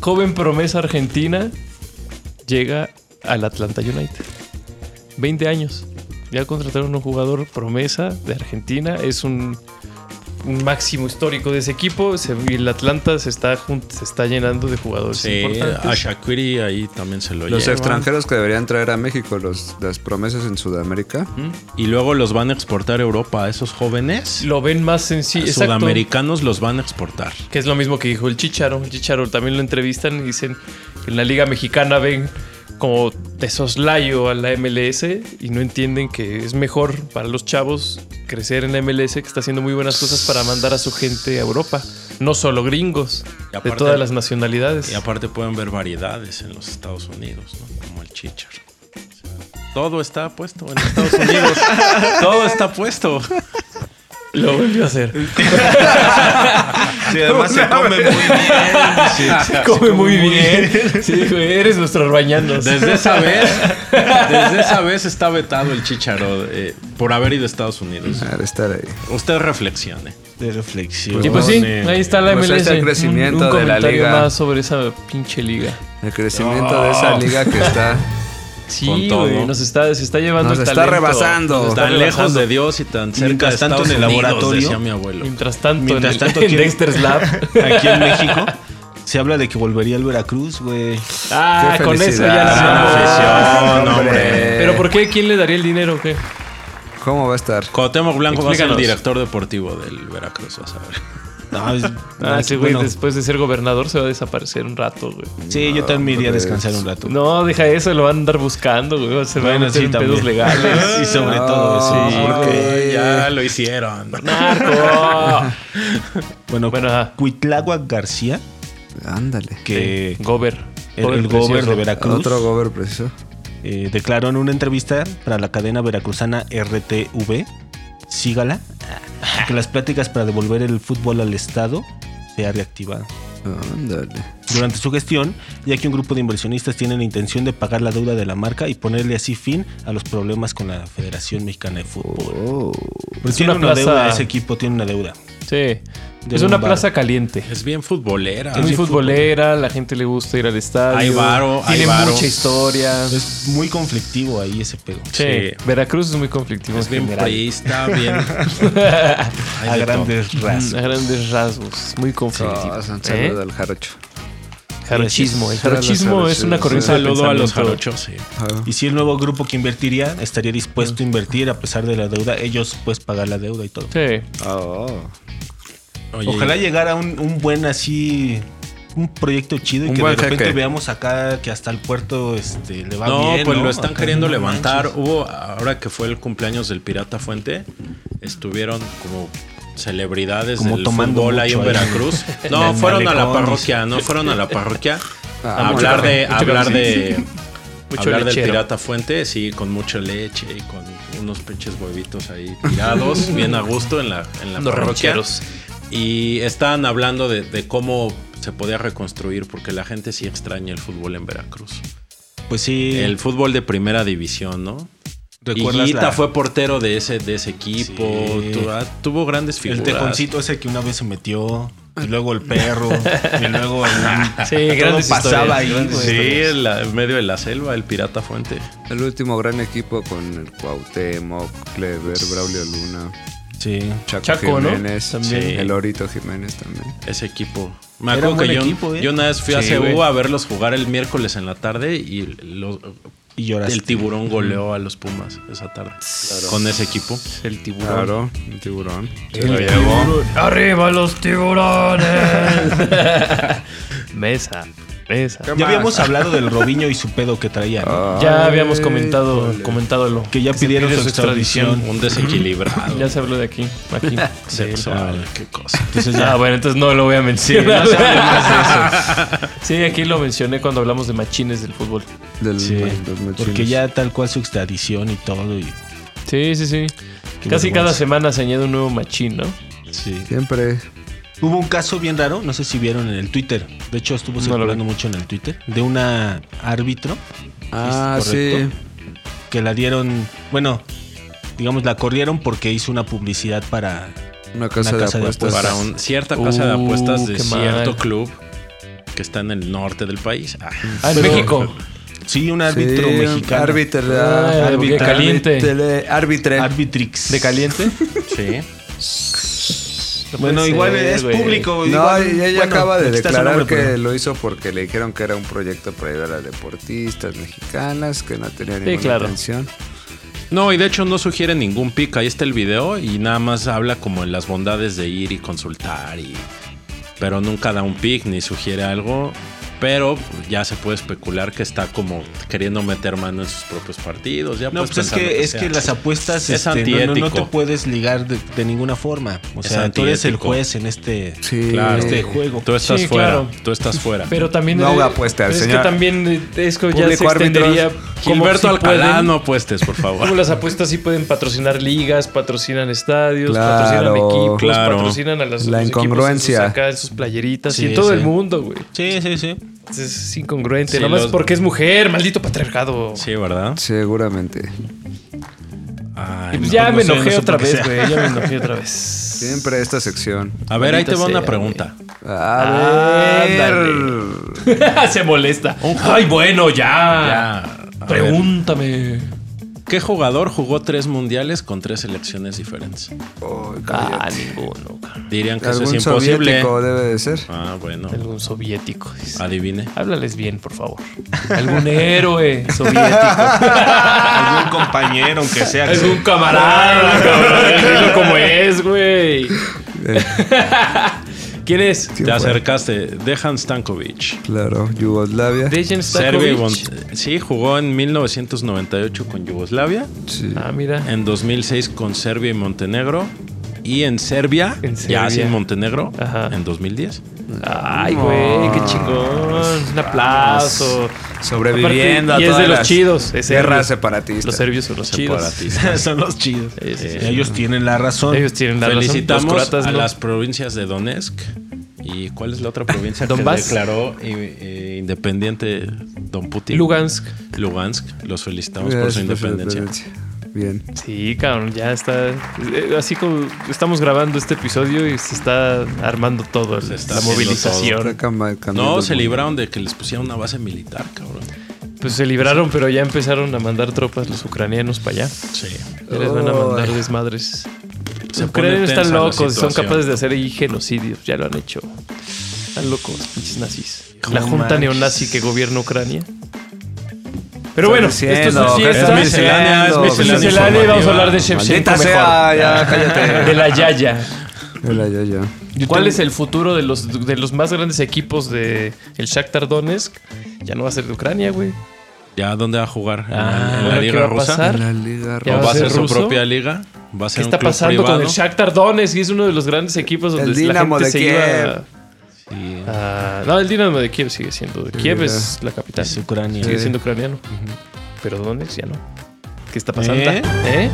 joven promesa argentina, llega al Atlanta United. 20 años. Ya contrataron a un jugador promesa de Argentina. Es un, un máximo histórico de ese equipo. Se- y el Atlanta se está, jun- se está llenando de jugadores Sí, importantes. a Shakiri ahí también se lo Los lleva. extranjeros que deberían traer a México, los, las promesas en Sudamérica. Y luego los van a exportar a Europa a esos jóvenes. Lo ven más sencillo. Exacto. sudamericanos los van a exportar. Que es lo mismo que dijo el Chicharo. El Chicharo también lo entrevistan y dicen que en la Liga Mexicana ven como de soslayo a la MLS y no entienden que es mejor para los chavos crecer en la MLS que está haciendo muy buenas cosas para mandar a su gente a Europa. No solo gringos, Y aparte- de todas las nacionalidades. Y aparte pueden ver variedades en los Estados Unidos, ¿no? Como el chichar. O sea, Todo está puesto en Estados Unidos. Todo está puesto. Lo volvió a hacer. Sí, además se come muy bien. Se come muy bien. Sí, güey, eres nuestro bañanos. Desde esa vez, desde esa vez está vetado el chicharo eh, por haber ido a Estados Unidos. Ah, de estar ahí. Usted reflexione. De reflexión. Y pues sí, Eh, ahí está la Pues MLS. ahí está el Un- crecimiento un, de la comentario liga. más sobre esa pinche liga. El crecimiento de esa liga que está. Sí, Con todo. güey, nos está, se está llevando Nos el está talento. rebasando. Nos está Tan lejos rebasando. de Dios y tan cerca Mientras de tanto Estados en el Unidos, laboratorio. decía mi abuelo. Mientras tanto, Mientras en, el- tanto, en ¿quién- Dexter's Lab. Aquí en México se habla de que volvería al Veracruz, güey. ah, Qué con eso felicidad. ya la Ah, mamó. oh, afición, hombre. Pero ¿por qué? ¿Quién le daría el dinero o qué? ¿Cómo va a estar? Cuauhtémoc Blanco va a Explícanos. ser el director deportivo del Veracruz, vas a ver. No, es- Ah, no, ese güey bueno, después de ser gobernador se va a desaparecer un rato, güey. Sí, yo también me iría a pues. descansar un rato. No, deja eso, lo van a andar buscando, güey. Se van a Bueno, meter sí, en también. pedos legales. Y sobre todo eso. sí, ¿por qué? ya lo hicieron. ¡Narco! Bueno, Bueno, ajá. Cuitláhuac García, Ándale. que Gober. el, el precioso. gober de Veracruz, Otro gober preciso. eh, declaró en una entrevista para la cadena veracruzana RTV, sígala, que las pláticas para devolver el fútbol al Estado se ha reactivado. Ándale. durante su gestión, ya que un grupo de inversionistas tienen la intención de pagar la deuda de la marca y ponerle así fin a los problemas con la Federación Mexicana de Fútbol. Oh. Porque tiene una una, plaza- deuda, ese equipo tiene una deuda. Sí. De Es una Lombard. plaza caliente. Es bien futbolera. Es muy futbolera, la gente le gusta ir al estadio. Hay varo, hay Tiene varo. mucha historia. Es muy conflictivo ahí ese pedo. Sí. Sí. Veracruz es muy conflictivo Es en bien general. priista, bien. Hay A de grandes Mm, A rasgos. grandes rasgos, muy conflictivo. Ah, Un ¿Eh? saludo al jarocho. Jarochismo. El Gracias. Todos jarochismo los es una todo. jarochos. Un corriente de saludo a los pensamiento. jarochos, sí. Ah. Y si el nuevo grupo que invertiría estaría dispuesto a invertir a pesar de la deuda, ellos pues pagar la deuda y todo. Sí. Oh. Oye, Ojalá llegara un, un buen así, un proyecto chido y Un que de buen repente jeque. veamos acá que hasta el puerto este, le va No, bien. pues lo están Acá, queriendo no levantar. manches. Hubo, ahora que fue el cumpleaños del Pirata Fuente, estuvieron como celebridades Como del tomando fútbol ahí mucho en ahí. Veracruz. En No, el fueron a la malecón. parroquia, no fueron a la parroquia a Ah, hablar mucho de, café, hablar mucho café. de, Mucho hablar del lechero. Pirata Fuente, sí, con mucha leche y con unos pinches huevitos ahí tirados, bien a gusto en la, en la Los parroquia. rocheros. Y estaban hablando de, de cómo se podía reconstruir, porque la gente sí extraña el fútbol en Veracruz. Pues sí. El fútbol de primera división, ¿no? ¿Recuerdas Higuita la- fue portero de ese, de ese equipo. Sí. tu- ah, tuvo grandes El figuras. tejoncito ese que una vez se metió, y luego el perro, y luego el... Sí, todo grandes pasaba historias, ahí, grandes güey. Sí, en, la- en medio de la selva, el Pirata Fuente. El último gran equipo con el Cuauhtémoc, Clever, Braulio Luna, Sí. Chaco, Chaco, ¿no? Jiménez, También. sí. el Orito Jiménez también. Ese equipo. Me Era acuerdo un buen que yo, equipo, ¿eh? yo una vez fui Sí, a güey. CU a verlos jugar el miércoles en la tarde y los- Y lloraste. el tiburón goleó a los Pumas esa tarde. Con ese equipo. El tiburón. Claro, un tiburón. ¡Arriba los tiburones! Mesa. Esa. Ya habíamos hablado del Robinho y su pedo que traía, ¿no? Ah, Ya habíamos comentado, comentadolo. Que ya se pidieron pide su extradición. Un desequilibrado. Ya se habló de aquí. aquí. sexual, qué cosa. Entonces ya, Ah, bueno, entonces no lo voy a mencionar. no se hable más de eso. Sí, aquí lo mencioné cuando hablamos de machines del fútbol. Del, Sí, los machines. Porque ya tal cual su extradición y todo. Y Sí, sí, sí. Qué Casi vergüenza. cada semana se añade un nuevo machín, ¿no? Sí. Siempre. Hubo un caso bien raro, no sé si vieron en el Twitter. De hecho, estuvo No lo circulando mucho en el Twitter. De una árbitro Ah, sí. correcto? que la dieron, bueno, digamos, la corrieron porque hizo una publicidad para... Una casa, Una casa de de apuestas. apuestas. Para un- cierta casa de Pues, Uh, apuestas de qué cierto mal. club que está en el norte del país. Ah, Ah, en Pero- México. Sí, un árbitro Sí, mexicano. Árbitro. Ah, árbitro. de caliente. Tele- Árbitro. Ah, Arbitrix. ¿De caliente? sí. Bueno, puede igual ser, es güey. público. No, igual- y ella bueno, acaba de aquí está su declarar nombre, que pero- lo hizo porque le dijeron que era un proyecto para ayudar a deportistas mexicanas, que no tenía ninguna claro. intención. No, y de hecho no sugiere ningún pick. Ahí está el video y nada más habla como en las bondades de ir y consultar. Y... Pero nunca da un pick ni sugiere algo. Pero ya se puede especular que está como queriendo meter mano en sus propios partidos. Ya No, puedes pues es pensar lo que, es sea. que las apuestas Es este, no- no, no, te antiético. puedes ligar de, de ninguna forma. O Es sea, tú eres el antiético. juez en este, Sí. Claro. en este juego. Tú estás Sí, fuera. claro. Tú estás fuera. Pero también. No eh, haga apuestas, pero Es señora. que también eh, esto ya se Público, árbitros. extendería. como Gilberto si Alcalá, pueden- no apuestes, por favor. Como las apuestas sí pueden patrocinar ligas, patrocinan estadios, Claro, patrocinan equipos, claro. patrocinan a las La los equipos incongruencia. en sus acá en sus playeritas y Sí, en todo sí. el mundo, güey. Sí, sí, sí. Es, es incongruente. Sí, Nada más los- porque es mujer, maldito patriarcado. Sí, ¿verdad? Seguramente. Ay, Y pues no. ya no me sé, no enojé sé otra por qué vez, sea. güey. Ya me enojé otra vez. Siempre esta sección. A ver, ahí te va Maldita una sea, pregunta. A ver. Ándale. Se molesta. Ay, bueno, ya. Ya, a ver, Pregúntame. ¿Qué jugador jugó tres mundiales con tres selecciones diferentes? Oh, cállate. Ah, ninguno. cabrón. Dirían que eso es Algún imposible. soviético debe de ser. Ah, bueno. Algún soviético. dice. Adivine. Háblales bien, por favor. Algún héroe soviético. Algún compañero, aunque sea. que- Algún camarada, cabrón. Dilo como es, güey. eh, ¿Quién es? Te acercaste. Dejan Stankovic. Claro, Yugoslavia. Dejan Serbia y Stankovic. Bon- Sí, jugó en 1998 con Yugoslavia. Sí. Ah, mira. En 2006 con Serbia y Montenegro. Y en Serbia, En ya Serbia. sin Montenegro, Ajá. en 2010. Ay, güey, qué chingón. Un aplauso. Aparte, Sobreviviendo a y es de todas los las chidos. Es Guerra serbio. separatista. Los serbios son los chidos. Separatista. Son los chidos. Sí, sí, sí. Ellos tienen la razón. Ellos tienen la razón. Eh, Felicitamos Los croatas a no. las provincias de Donetsk. ¿Y cuál es la otra provincia que Donbass. declaró eh, eh, independiente Don Putin? Lugansk. Lugansk. Los felicitamos Gracias por su independencia. independencia. Bien. Sí, cabrón, ya está. eh, Así como estamos grabando este episodio y se está armando todo, el- Se está la haciendo movilización. Está cam- cambiando No, se el mundo. libraron de que les pusieran una base militar, cabrón. Pues se libraron, pero ya empezaron a mandar tropas los ucranianos para allá. Sí. Ya les van a mandar Ay. desmadres. Los Se pone ucranianos están tensa la locos, son situación. capaces de hacer ahí genocidios, ya lo han hecho. Están locos, pinches nazis. La No junta manches. neonazi que gobierna Ucrania. Pero Están bueno, esto es diciendo, un ¿qué fiesta. están Es miscelánea, diciendo? es Que están miscelánea. miscelánea y vamos a hablar de Maldita Shevchenko Maldita mejor. sea, ya, De cállate. la Yaya. Hola, ya, ya. ¿Cuál es el futuro de los, de los más grandes equipos de el Shakhtar Donetsk? Ya no va a ser de Ucrania, güey. ¿Ya dónde va a jugar? ¿En la- ¿En ¿ahora la Ah, qué va liga a rusa? pasar? La liga Ya ¿O va va a a ser ser su ruso? propia liga? ¿Va a ¿Qué ser un está club pasando privado? con el Shakhtar Donetsk? Y es uno de los grandes equipos donde El la Dinamo gente de se Kiev. iba Sí. a- No, el Dinamo de Kiev sigue siendo. de Kiev ya. es la capital. Es Ucrania. Sigue Sí. siendo ucraniano. Pero Donetsk ya no. ¿Qué está pasando? ¿Eh? ¿Eh?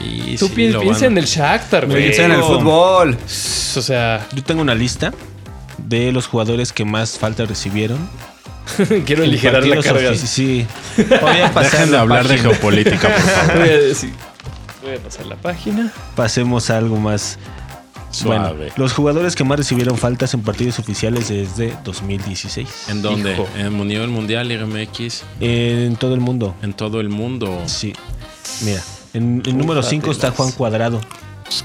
Y Tú sí, pi- lo piensa van- en el Shakhtar, güey. Piensa en el fútbol. O sea, Yo tengo una lista de los jugadores que más falta recibieron. quiero aligerar la Partidos carga. ofici- Sí. Voy a pasar Dejen de la hablar de página. geopolítica, por favor. Voy a decir- Voy a pasar la página. Pasemos a algo más. Suave. Bueno, los jugadores que más recibieron faltas en partidos oficiales desde 2016. ¿En dónde? Hijo. En Nivel Mundial, Liga MX, En todo el mundo. en todo el mundo. Sí. Mira, en el número 5 está Juan Cuadrado.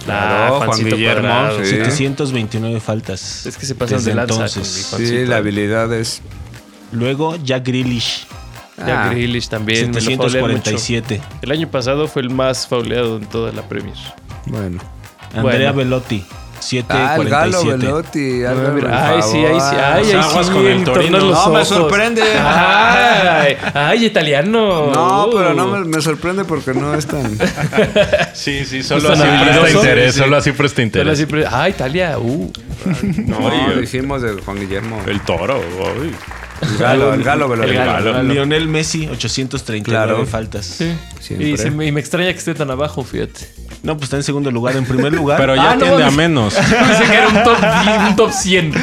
Claro, Juan Ah, Juancito Guillermo, Cuadrado. sí. 729 faltas. Es que se pasan de Desde lanza. entonces. con mi Sí, Juancito. la habilidad es. Luego Jack Grealish. Jack Ah. Grealish también. me lo faulea mucho. 747. El año pasado fue el más fauleado en toda la Premier. Bueno. Andrea Bueno. Velotti. Ah, el Galo 7.47. Velotti. hágame el ay, sí, ay, sí, favor. ay, ay, Aguas sí, con el el Torino. tornar los No, me ojos. sorprende. Ay, ay, italiano. No, pero no me, Uh. me sorprende porque no es tan. Sí, sí, Justo habilidoso. Sí, sí. así presta Pero siempre- ah, Italia, uh. No, dijimos del Juan Guillermo. El, El toro, uy. Galo, el Galo El Velotti. Galo. Lionel Messi, 839 Claro. faltas. Sí. Siempre. Y, se me, y me extraña que esté tan abajo, fíjate. No, pues está en segundo lugar. En primer lugar. Pero Ah, ya no tiende a mames. menos. Pensé que era un top, un top 100.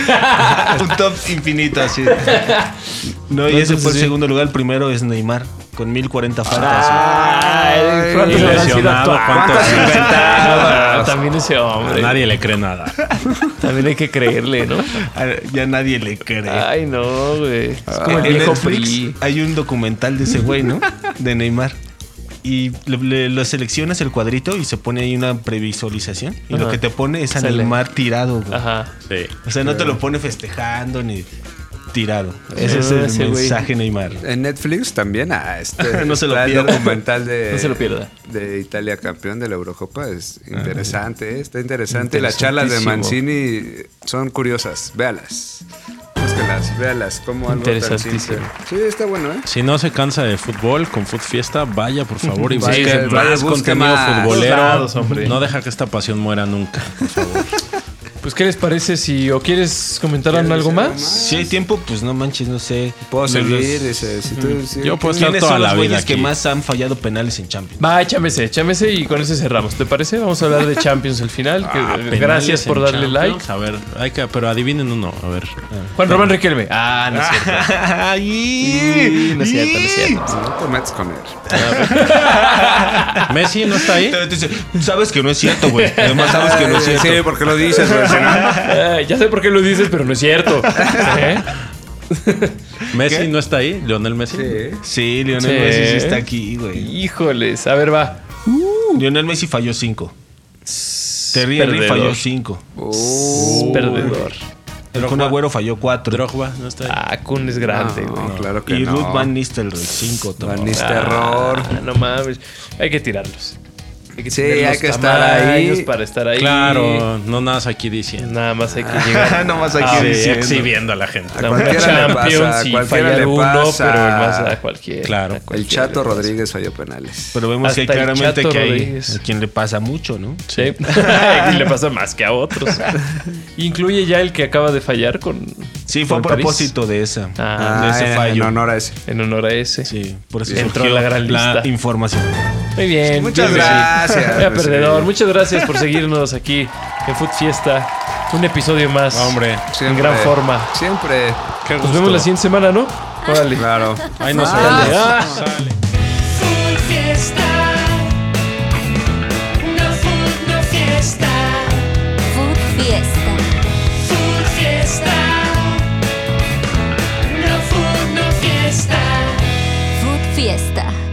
un top infinito así. No, y No, ese entonces fue el sí. segundo lugar. El primero es Neymar, con 1040 faltas. Ah. Ay, ¿cuántos y habrán sido lesionado, actuales? ¿cuántas Ah, También ese A hombre. nadie le cree nada. También hay que creerle, ¿no? Ah, Ya nadie le cree. Ay, no, güey. Es Ah. Ah, como el en viejo Netflix PRI. hay un documental de ese güey, ¿no? De Neymar. Y le- le- lo seleccionas el cuadrito y se pone ahí una previsualización. Y lo Ajá. que te pone es a Sale. Neymar tirado, güey. Ajá. Sí. O sea, no te lo pone festejando ni tirado. Ese es Ah, el ese güey. mensaje Neymar. En Netflix también. Ah, este, No se lo está el pierda. documental de, No se lo pierda. de Italia campeón de la Eurocopa es interesante. eh, Está interesante. Las charlas de Mancini son curiosas. Véalas. Búsquenlas, véalas. Como algo tan simple. Interesantísimo. Sí, está bueno, ¿eh? Si no se cansa de fútbol, con Food Fiesta, vaya por favor y Sí, busque vaya, más busque contenido más. futbolero. Lados, hombre. no deja que esta pasión muera nunca, por favor. Pues, ¿qué les parece si o quieres comentar ¿Quieres algo decir algo más? más? Si hay tiempo, pues no manches, no sé. Puedo Los- seguir. ese, si tú- si- Yo puedo estar ¿Quiénes toda son la los vida güeyes aquí. que más han fallado penales en Champions? Va, échamese, échamese y con ese cerramos. ¿Te parece? Vamos a hablar de Champions al final. que- Ah, penales gracias por en darle like. Champions. A ver, hay que, pero adivinen uno, a ver. Juan Román Riquelme. Ah, no es cierto. ¡Ay! No es cierto, no es cierto. No te metas con él. Messi no está ahí. Pero te dice, Sabes que no es cierto, güey. Además, sabes que no es Sí, cierto. sí, porque lo dices, güey, si no- Eh, ya sé por qué lo dices, pero no es cierto. ¿Eh? Messi no está ahí, Lionel Messi. Sí. Sí, Lionel Sí. Messi sí está aquí, güey. Híjoles, a ver, va. Uh. Lionel Messi falló 5. Terry Henry Perdedor. falló 5. Uh, Es Perdedor. El Kun Agüero falló 4. Drogba no está ahí. Ah, Kun es grande, güey. No, claro que Y no. Ruth Van Nistelrooy 5. Ah, Van Nistelrooy. terror. Ah, no mames. Hay que tirarlos. Hay que Sí, tener los hay que estar tamaños ahí. Para estar ahí. Claro, no nadas aquí diciendo. Nada más hay que Ah, llegar. Ah, Nada más hay a que ver, diciendo. Exhibiendo a la gente. A cualquiera le pasa, a y cualquiera fallar le uno, pasa. pero el más a cualquiera. Claro. a El El cualquiera Chato le pasa. Rodríguez falló penales. Pero vemos que Hasta el claramente Chato que hay Rodríguez. a quien le pasa mucho, ¿no? Sí, y le pasa más que a otros. Incluye ya el que acaba de fallar con. Sí, fue a con París. propósito de esa. Ah, de ese en- fallo. En honor a ese. En honor a ese. Sí, por eso Entró surgió en la gran lista. información. Muy bien. Muchas bien, gracias, Messi. Vaya Messi. perdedor. Muchas gracias por seguirnos aquí en Food Fiesta. Un episodio más. Hombre, En Siempre. gran forma. Siempre. qué gusto. Nos vemos la siguiente semana, ¿no? Órale. Claro. Ahí nos Ah. vemos. Ah. Sale. Full fiesta. Una full no fiesta. Food Fiesta. Full fiesta. Una full no fiesta. Food Fiesta.